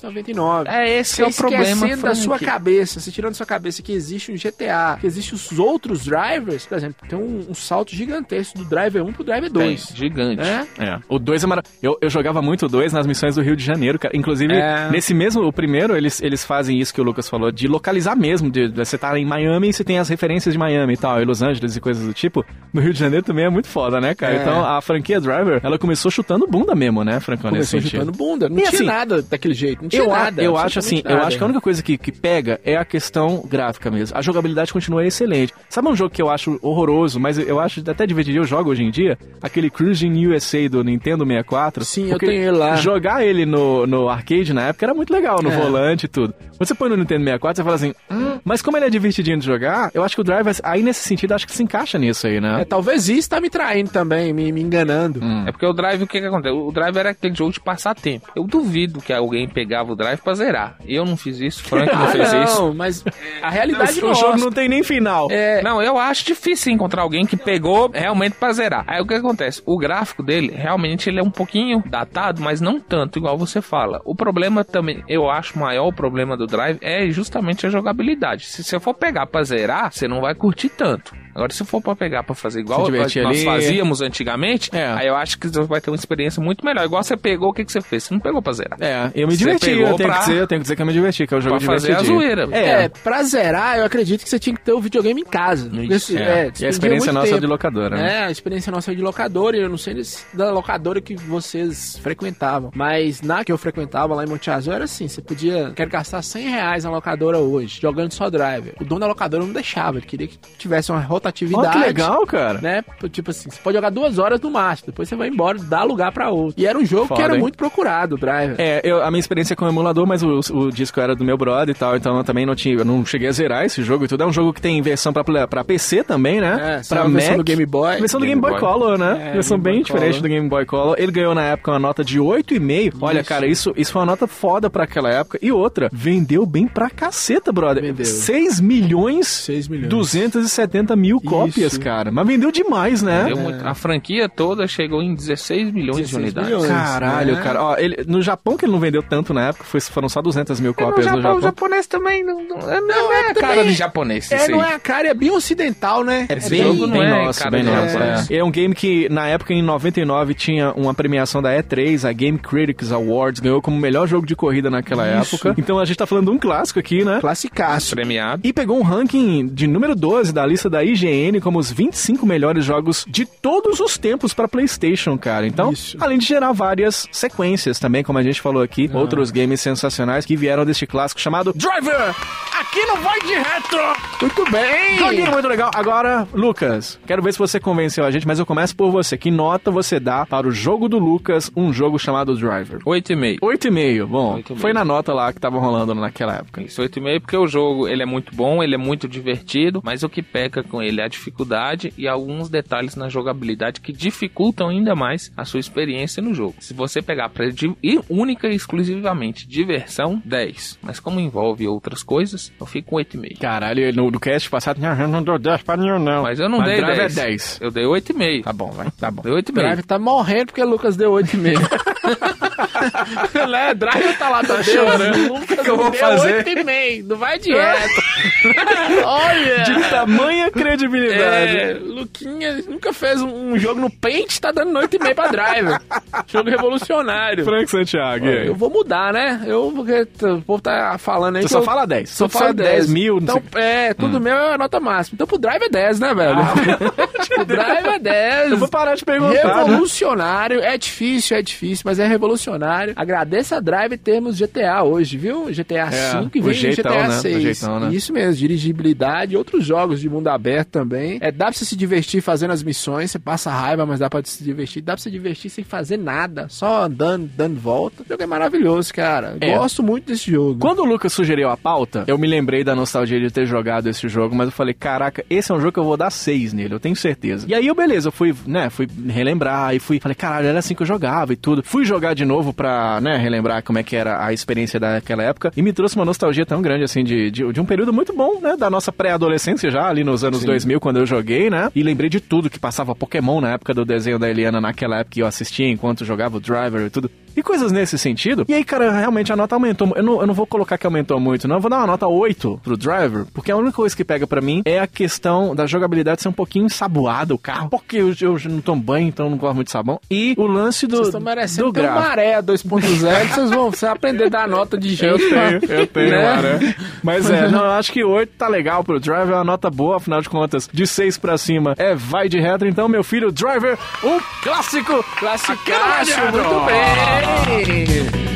S4: 1999.
S5: É, esse
S4: Você
S5: é o problema.
S4: esquecendo da
S5: Frank.
S4: sua cabeça, você tirando da sua cabeça que existe um GTA, que existe os outros drivers, por exemplo, tem um, um salto gigantesco do Driver 1 pro Driver
S5: Tem,
S4: 2.
S5: gigante.
S4: né?
S3: É. O 2 é maravilhoso. Eu, eu jogava muito o 2 nas missões do Rio de Janeiro, cara. Inclusive,
S5: É.
S3: nesse mesmo, o primeiro, eles, eles fazem isso que o Lucas falou, de localizar mesmo. De, de- você tá em Miami e você tem as referências de Miami e tal, e Los Angeles e coisas do tipo. No Rio de Janeiro também é muito foda, né, cara?
S4: É.
S3: Então a franquia Driver, ela começou chutando bunda mesmo, né, Francão? nesse
S4: Começou
S3: sentido.
S4: chutando bunda. Não
S3: E
S4: tinha
S3: assim,
S4: nada daquele jeito. Não tinha
S3: Eu, a-
S4: nada.
S3: eu acho assim,
S4: absolutamente
S3: eu
S4: nada.
S3: acho que a única coisa que, que pega é a questão gráfica mesmo. A jogabilidade continua excelente. Sabe um jogo que eu acho horroroso, mas eu acho até divertido, eu jogo hoje em dia? Aquele Cruising USA do Nintendo 64.
S4: Sim, eu
S3: Porque
S4: tenho ele lá. É.
S3: Jogar ele no, no arcade na época era muito legal, no volante e tudo. Quando você põe no Nintendo 64, você fala assim, "Hum", mas como ele é divertidinho de jogar, eu acho que o Driver, aí nesse sentido, acho que se encaixa nisso aí, né?
S4: É, talvez isso tá me traindo também, me, me enganando.
S3: Hum.
S5: É porque o Drive, o que que acontece? O Drive era aquele jogo de passar tempo. Eu duvido que alguém pegava o Drive pra zerar. Eu não fiz isso, o Frank não
S4: Ah,
S5: fez isso.
S4: não, mas a realidade
S3: o
S4: nossa
S3: jogo É, não tem nem final.
S4: tá é...
S5: Não, eu acho difícil encontrar alguém que pegou realmente pra zerar. Aí o que acontece? O gráfico dele, realmente, ele é um pouquinho datado, mas não tanto, igual você fala. O problema também, eu acho maior o problema do Drive é justamente a jogabilidade. Se você for pegar pra zerar, você não vai curtir tanto. Agora, se for pra pegar pra fazer igual
S3: Se divertir
S5: nós
S3: ali. é.
S5: fazíamos antigamente, aí eu acho que você vai ter uma experiência muito melhor. Igual você pegou, o que, que você fez? Você não pegou pra zerar.
S3: É, Eu me
S5: Você
S3: diverti,
S5: pegou
S3: eu tenho,
S5: pra-
S3: que dizer, eu tenho que dizer que eu me diverti, que é o jogo
S5: pra fazer a
S3: divertidinho.
S5: zoeira.
S4: É. pra zerar, eu acredito que você tinha que ter o videogame em casa. Esse-
S3: é. E a
S4: despendia
S3: experiência
S4: muito
S3: nossa de locadora, né?
S4: É, a experiência nossa de locadora, e eu não sei se da locadora que vocês frequentavam. Mas na que eu frequentava lá em Monte Azul era assim: você podia, quero gastar 100 reais na locadora hoje, jogando só driver. O dono da locadora não deixava, ele queria que tivesse uma rotatividade.
S3: Olha que legal, cara.
S4: Né? Tipo assim, você pode jogar duas horas no máximo, depois você vai embora, dá lugar pra outro. E era um jogo
S3: Foda,
S4: que era
S3: hein?
S4: muito procurado, o driver.
S3: É, eu- a minha experiência é com o emulador, mas o, o disco era do meu brother e tal, então eu também não tinha, eu não cheguei a zerar esse jogo e tudo. É um jogo que tem versão pra, pla- pra PC também, né?
S4: saiu
S3: pra
S4: a É, versão
S3: Mac.
S4: do Game Boy.
S3: Versão do Game, Boy, Color, né?
S4: É,
S3: versão
S4: Game
S3: bem
S4: Boy
S3: diferente
S4: Color.
S3: do Game Boy Color. Ele ganhou na época uma nota de 8,5. Olha,
S4: Isso.
S3: cara, isso, isso foi uma nota foda pra aquela época. E outra, vendeu bem pra caceta, brother.
S4: Vendeu.
S3: 6 milhões, 6
S4: milhões
S3: 270 mil cópias, cara. Mas vendeu demais, né?
S5: Deu muito- A franquia toda chegou em 16 milhões de unidades.
S3: Caralho,
S5: É.
S3: cara. Ó, ele- no Japão que ele não vendeu tanto na época, foi- foram só 200 mil
S5: No
S3: cópias no
S5: Japão,
S3: Japão.
S5: o japonês também não, não, não, é, a cara
S3: também-
S5: de japonês.
S4: É,
S5: isso
S4: não
S5: aí.
S4: é a cara, é bem ocidental, né?
S3: É bem,
S5: jogo não
S3: bem
S5: é
S3: nosso,
S5: cara
S3: bem
S5: de
S3: nosso.
S5: japonês.
S3: É. é um game que, na época, em 99, tinha uma premiação da E3, a Game Critics Awards, ganhou como melhor jogo de corrida naquela
S4: Isso.
S3: época. Então a gente tá falando de um clássico aqui, né?
S4: Classicaço.
S5: Premiado.
S3: E pegou um ranking de número 12 da lista da IGN como os 25 melhores jogos de todos os tempos pra PlayStation, cara. Então, além de gerar várias sequências também, como a gente falou aqui,
S5: Ah.
S3: outros games sensacionais que vieram deste clássico chamado Driver! Aqui não vai de retro!
S4: Muito bem!
S3: Joguinho muito legal. Agora, Lucas, quero ver se você convenceu a gente, mas eu começo por você. Que nota você dá para o jogo do Lucas, um jogo chamado Driver?
S5: 8,5.
S3: 8,5. Bom,
S5: Oito e meio.
S3: foi na nota lá que tava rolando naquela época.
S5: Isso, 8,5, porque o jogo ele é muito bom, ele é muito divertido, mas o que peca com ele é a dificuldade e alguns detalhes na jogabilidade que dificultam ainda mais a sua experiência no jogo. Se você pegar para e única e exclusivamente diversão, 10. Mas como envolve outras coisas, eu fico com 8,5.
S3: Caralho, no, no cast passado, não, eu não dou 10 pra nenhum, não.
S5: Mas eu não dei
S3: Drive
S5: 10.
S3: é 10.
S5: Eu dei 8,5.
S3: Tá bom, vai. Tá bom.
S5: Dei 8,5.
S4: O Drive tá morrendo porque o Lucas deu 8,5. né? Drive tá lá, tá chorando. O Lucas
S3: que eu vou
S4: deu
S3: fazer?
S4: 8,5. Não vai direto. Olha!
S3: De tamanha credibilidade.
S4: É, Luquinha nunca fez um, um jogo no Paint, tá dando 8,5 pra Drive. jogo revolucionário.
S3: Frank Santiago. e aí?
S4: Eu vou mudar, né? Eu, porque t- o povo tá falando aí.
S3: Tu
S4: que
S3: só
S4: eu-
S3: fala 10.
S4: Só
S3: Tu só
S4: fala 10.
S3: 10 mil, não
S4: Então,
S3: sei o Hum.
S4: é, tudo meu é a nota máxima. Então pro Drive é 10, né, velho? o Drive é 10.
S3: Ah. Eu vou parar de perguntar. né?
S4: Revolucionário, é difícil, é difícil, mas é revolucionário. Agradeça a Drive termos GTA hoje, viu? GTA
S3: É,
S4: 5 e
S3: o
S4: vem
S3: jeitão,
S4: GTA
S3: né? O
S4: 6.
S3: jeitão, né?
S4: Isso mesmo, dirigibilidade, outros jogos de mundo aberto também. É, dá pra você se divertir fazendo as missões, você passa raiva, mas dá pra se divertir. Dá pra se divertir sem fazer nada, só andando, dando volta. O jogo é maravilhoso, cara.
S3: É.
S4: Gosto muito desse jogo.
S3: Quando o Lucas sugeriu a pauta, eu me lembrei da nostalgia de ter jogado esse jogo, mas eu falei, caraca, esse é um jogo que eu vou dar 6 nele, eu tenho certeza. E aí eu, beleza, eu fui, né, fui relembrar e fui, falei, caralho, era assim que eu jogava e tudo. Fui jogar de novo pra, né, relembrar como é que era a experiência daquela época e me trouxe uma nostalgia tão grande, assim, de, de, de um período muito bom, né, da nossa pré-adolescência já, ali nos anos 2000, quando eu joguei, né, e lembrei de tudo que passava Pokémon na época do desenho da Eliana, naquela época que eu assistia enquanto jogava o Driver e tudo. E coisas nesse sentido. E aí, cara, realmente a nota aumentou. Eu não, eu não vou colocar que aumentou muito, não. Eu vou dar uma nota 8 pro driver, porque a única coisa que pega pra mim é a questão da jogabilidade ser um pouquinho ensaboada o carro. Porque eu, eu não tomo banho, então eu não gosto muito de sabão. E o lance do,
S4: Vocês estão
S3: do
S4: merecendo ter um
S3: gráfico.
S4: maré 2.0, vocês vão vocês vão aprender a dar nota de jeito. né?
S3: Mas é, não, eu acho que 8 tá legal pro Driver, é uma nota boa, afinal de contas, de 6 pra cima é vai de retro. Então, meu filho, Driver, um clássico! Clássico,
S4: Cássio, muito bem!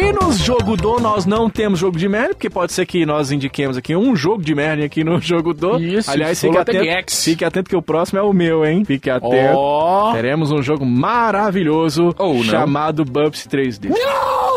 S3: E nos jogo do, nós não temos jogo de merda, porque pode ser que nós indiquemos aqui um jogo de merda aqui no jogo do.
S4: Isso,
S3: Aliás,
S4: isso,
S3: fique
S4: o
S3: atento,
S4: Latex.
S3: fique atento que o próximo é o meu, hein? Fique atento.
S4: Ó.
S3: Teremos um jogo maravilhoso
S5: não.
S3: chamado Bubs 3D.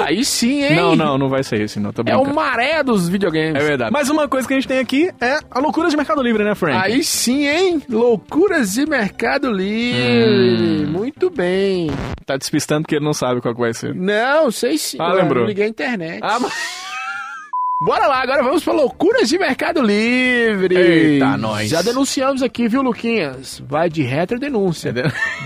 S4: Aí sim, hein?
S3: Não, não, não vai ser esse, não. Tô
S4: É
S3: brincando.
S4: o maré dos videogames.
S3: É verdade. Mas uma coisa que a gente tem aqui é a loucura de Mercado Livre, né, Frank?
S4: Aí sim, hein? Loucuras de Mercado
S3: Hum.
S4: Livre. Muito bem.
S3: Tá despistando porque ele não sabe qual que vai ser.
S4: Não, sei sim.
S3: Ah, lembrou.
S4: Eu liguei a internet.
S3: Ah, mas-
S4: Bora lá, agora vamos para loucuras de Mercado Livre.
S3: Eita, nós.
S4: Já denunciamos aqui, viu, Luquinhas? Vai de retro
S3: É
S4: denúncia.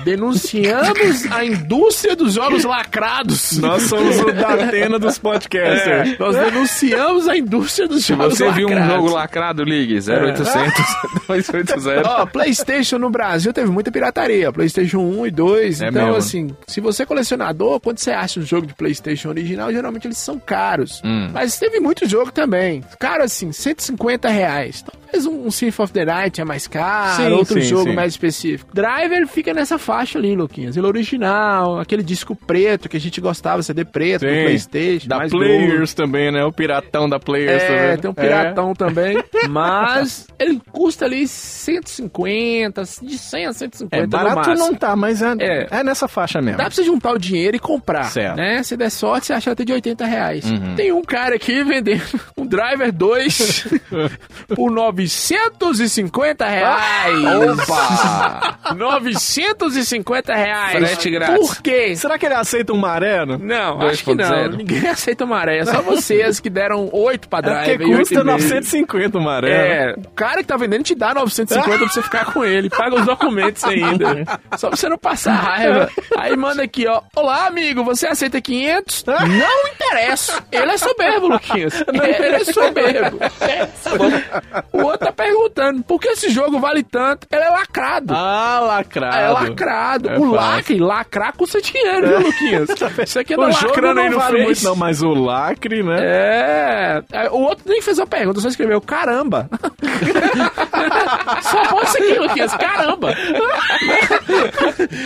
S4: Denunciamos a indústria dos jogos lacrados.
S3: Nós somos o Datena dos podcasters.
S4: É, Nós denunciamos a indústria dos
S5: Se
S4: jogos
S5: você viu um
S4: lacrados.
S5: jogo lacrado, É. ligue 0800
S3: é-
S5: 280.
S4: Ó, PlayStation no Brasil teve muita pirataria. PlayStation 1 e 2.
S5: É
S4: então,
S5: mesmo.
S4: assim, se você é colecionador, quando você acha um jogo de PlayStation original, geralmente eles são caros.
S5: Hum.
S4: Mas teve muito jogo também. Caro, assim, 150 reais. Talvez um, um Symphony of the Night é mais caro,
S3: Sim,
S4: outro
S3: sim,
S4: jogo
S3: sim.
S4: mais específico. Driver fica nessa faixa ali, Luquinhas. Ele é original, aquele disco preto que a gente gostava, CD preto, do
S3: Sim.
S4: PlayStation.
S3: Da
S4: mais duro.
S3: Players também, né? O piratão da Players também.
S4: É, tem um piratão também. Mas ele custa ali 150, de 100 a 150
S3: É,
S4: no
S3: barato
S4: máximo.
S3: não tá, mas é,
S4: É.
S3: é. nessa faixa mesmo.
S4: Dá pra você juntar o dinheiro e comprar,
S3: Certo.
S4: né? Se der sorte, você acha até de 80 reais.
S3: Uhum.
S4: Tem um cara aqui vendendo um Driver 2 por 950 reais.
S5: Opa!
S4: 950 reais.
S5: Frete grátis.
S4: Por quê?
S3: Será que ele aceita um mareno?
S4: Não, acho que não.
S5: 2.0.
S4: Ninguém aceita maré. Só vocês que deram 8 pra Driver.
S3: É porque
S4: e oito e
S3: custa
S4: meio.
S3: 950 o mareno.
S4: É, o cara que tá vendendo te dá 950 pra você ficar com ele. Paga os documentos ainda. Só pra você não passar raiva. Aí manda aqui, ó. Olá, amigo, você aceita 500? Não interessa. Ele é soberbo, Luquinhas. Ele é soberbo. O outro tá perguntando, por que esse jogo vale tanto? Ele é lacrado.
S3: Ah, lacrado.
S4: É lacrado.
S3: É
S4: o
S3: fácil.
S4: lacre, lacrar custa dinheiro, viu, Luquinhas? Isso aqui é da
S3: O jogo
S4: lacrando aí
S3: não
S4: no
S3: vale
S4: Face.
S3: muito não, mas o lacre, né?
S4: É. é, O outro nem fez uma pergunta, só escreveu caramba. só pode ser aquilo que
S3: assim,
S4: caramba.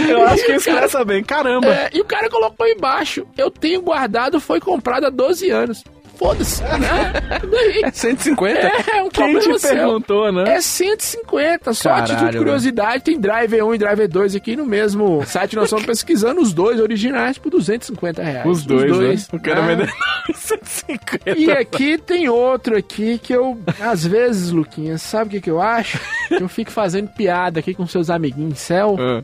S3: Eu acho que isso
S4: Cara,
S3: começa bem. Caramba.
S4: é, e o cara colocou embaixo: Eu tenho guardado, foi comprado há 12 anos. Foda-se. né? Daí,
S5: 150?
S4: É, um
S3: Quem
S4: problema
S3: te
S4: seu.
S3: perguntou, né?
S4: É 150, só a título de
S3: Caralho,
S4: curiosidade, tem Driver 1 e Driver 2 aqui no mesmo site, nós estamos pesquisando os dois originais por 250 reais.
S3: Os dois, né? O cara
S4: né?
S3: vendeu 950.
S4: E aqui tem outro aqui que eu, às vezes, Luquinhas, sabe o que, que eu acho? Que eu fico fazendo piada aqui com seus amiguinhos céu,
S3: Ah.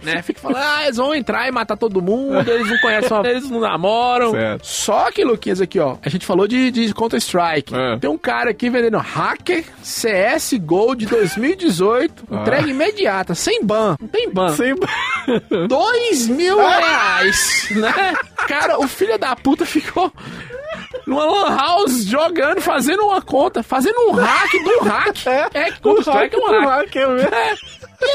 S4: né? Fico falando, ah, eles vão entrar e matar todo mundo, eles não conhecem, eles não namoram.
S3: Certo.
S4: Só que, Luquinhas, aqui, ó, a gente falou de, de Counter-Strike.
S3: Ah.
S4: Tem um cara aqui vendendo hacker CS Gold de 2018, entrega imediata, sem ban, não tem ban.
S3: Sem...
S4: Dois mil
S3: Ah!
S4: reais, né? Cara, o filho da puta ficou numa lan house jogando, fazendo uma conta, fazendo um hack do hack. É, que
S3: O
S4: contra strike é um hack.
S3: hack é mesmo.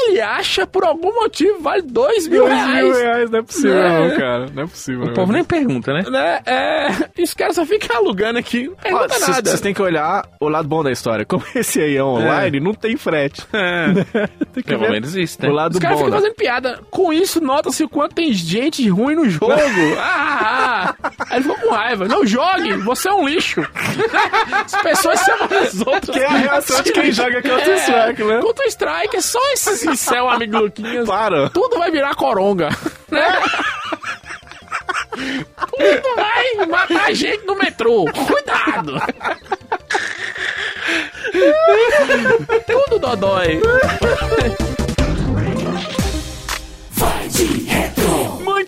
S4: Ele acha, por algum motivo, vale dois mil
S3: Dois mil
S4: reais.
S3: reais, não é possível,
S4: Né?
S3: não, cara. Não é possível.
S5: O povo nem pergunta, né?
S4: Né? É, esse cara só fica alugando aqui, não pergunta nada.
S3: Vocês têm que olhar o lado bom da história. Como esse aí é online, não tem frete. tem que
S5: Pelo
S3: ver
S5: menos isso, né?
S3: o lado
S4: Os caras
S3: bom. né?
S4: ficam fazendo piada. Com isso, nota-se o quanto tem gente ruim no jogo. Ah, ah, ah. Aí ele ficou com raiva. Não jogue, você é um lixo. As pessoas são as outras.
S3: Que é a reação de quem joga
S4: É.
S3: Counter-Strike, né?
S4: Contra Strike é só esse cincel, amigo Luquinhas.
S3: Para.
S4: Tudo vai virar coronga. Né? Tudo vai matar a gente no metrô. Cuidado. Tudo dodói.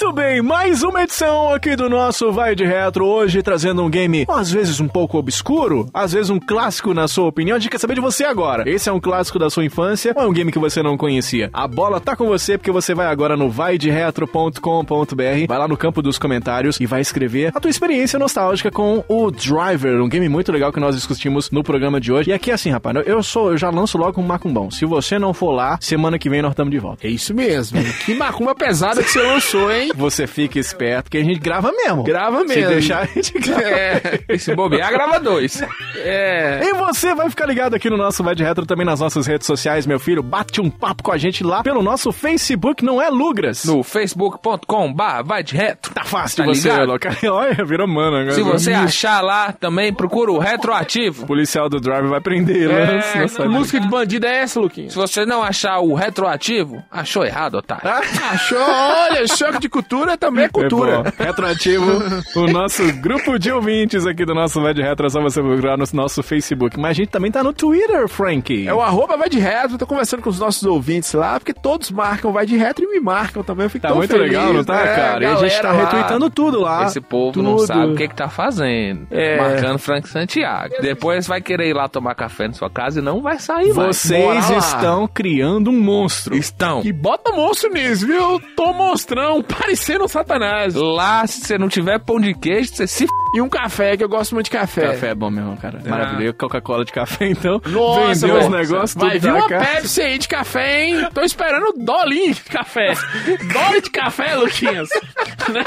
S3: Muito bem, mais uma edição aqui do nosso Vai de Retro, hoje trazendo um game, às vezes um pouco obscuro, às vezes um clássico na sua opinião, a gente quer saber de você agora. Esse é um clássico da sua infância ou é um game que você não conhecia? A bola tá com você porque você vai agora no vaideretro.com.br, vai lá no campo dos comentários e vai escrever a tua experiência nostálgica com o Driver, um game muito legal que nós discutimos no programa de hoje. E aqui é assim, rapaz, eu sou, eu já lanço logo um macumbão. Se você não for lá, semana que vem nós estamos de volta.
S4: É isso mesmo. Que macumba pesada que você lançou, hein?
S3: Você fica esperto, que a gente grava mesmo.
S4: Grava
S3: Se
S4: mesmo.
S3: deixar, a gente grava.
S5: É, e se bobear, grava dois.
S4: É.
S3: E você vai ficar ligado aqui no nosso Vai de Retro, também nas nossas redes sociais, meu filho. Bate um papo com a gente lá pelo nosso Facebook, não é Lugras.
S5: No facebook.com vai de retro.
S3: Tá fácil
S5: Tá
S3: de você,
S5: ligado?
S3: Alô. Cara, Olha, virou mano agora.
S5: Se você achar lá, também procura o retroativo.
S3: O policial do Drive vai prender ele.
S5: É,
S3: né? Senão
S5: não,
S3: sai daqui.
S4: Música de bandido é essa, Luquinhas?
S5: Se
S4: Ah,
S5: você não achar o retroativo, achou errado, otário.
S4: Achou? Olha, choque de cultura Cultura também é cultura.
S3: bom. Retroativo, o nosso grupo de ouvintes aqui do nosso Vai de Retro, é só você procurar no nosso Facebook. Mas a gente também tá no Twitter, Frankie.
S4: É o arroba vai de retro, eu tô conversando com os nossos ouvintes lá, porque todos marcam vai de retro e me marcam também. Eu fico
S3: Tá
S4: tão
S3: muito
S4: feliz,
S3: legal, não tá,
S4: né?
S3: cara? E a gente
S4: Galera
S3: tá
S4: lá.
S3: retweetando tudo lá.
S5: Esse povo não
S3: ah, Tudo.
S5: sabe o que, que tá fazendo.
S3: É.
S5: Marcando Frank Santiago. Depois vai querer ir lá tomar café na sua casa e não vai sair mais.
S3: Vocês estão criando um monstro.
S5: Estão.
S4: E bota monstro nisso, viu? Tô monstrão, parecendo um satanás.
S5: Lá, se você não tiver pão de queijo, você se f...
S4: E um café, que eu gosto muito de café.
S3: Café é bom mesmo, cara. Maravilhoso. Coca-Cola de café, então.
S4: Nossa,
S3: Vendeu os
S4: velho.
S3: negócios,
S4: Vai
S3: tudo
S4: vir
S3: pra
S4: uma
S3: cá.
S4: Pepsi aí de café, hein? Tô esperando dolinho de café. Dole de café, Luquinhas. né?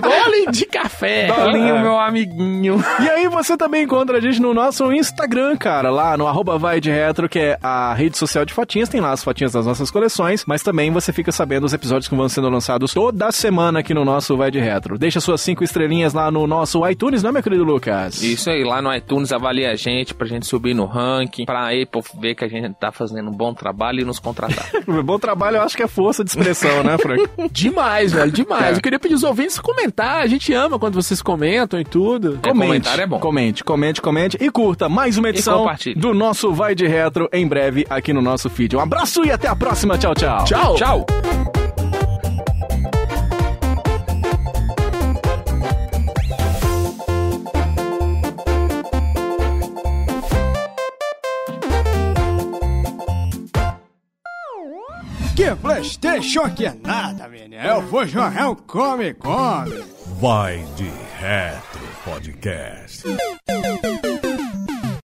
S4: Dole de café.
S3: É.
S5: Dolinho, meu amiguinho.
S3: E aí você também encontra a gente no nosso Instagram, cara, lá no arroba vai de retro, que é a rede social de fotinhas, tem lá as fotinhas das nossas coleções, mas também você fica sabendo os episódios que vão sendo lançados toda semana aqui no nosso Vai de Retro. Deixa suas cinco estrelinhas lá no nosso iTunes, não é, meu querido Lucas?
S5: Isso aí, lá no iTunes avalia a gente pra gente subir no ranking, pra Apple ver que a gente tá fazendo um bom trabalho e nos contratar.
S3: Bom trabalho, eu acho que é força de expressão, né, Frank? É.
S4: Demais, velho, demais. Eu queria pedir aos ouvintes comentar. A gente ama quando vocês comentam e tudo.
S5: É, comentário é bom.
S3: Comente, comente, comente e curta mais uma edição
S5: compartilhe.
S3: do nosso Vai de Retro em breve aqui no nosso feed. Um abraço e até a próxima. Tchau, tchau.
S4: Tchau.
S5: Tchau!
S12: Que Playstation que é nada, menino. Eu vou jogar um Come Come.
S2: Vai de Retro Podcast.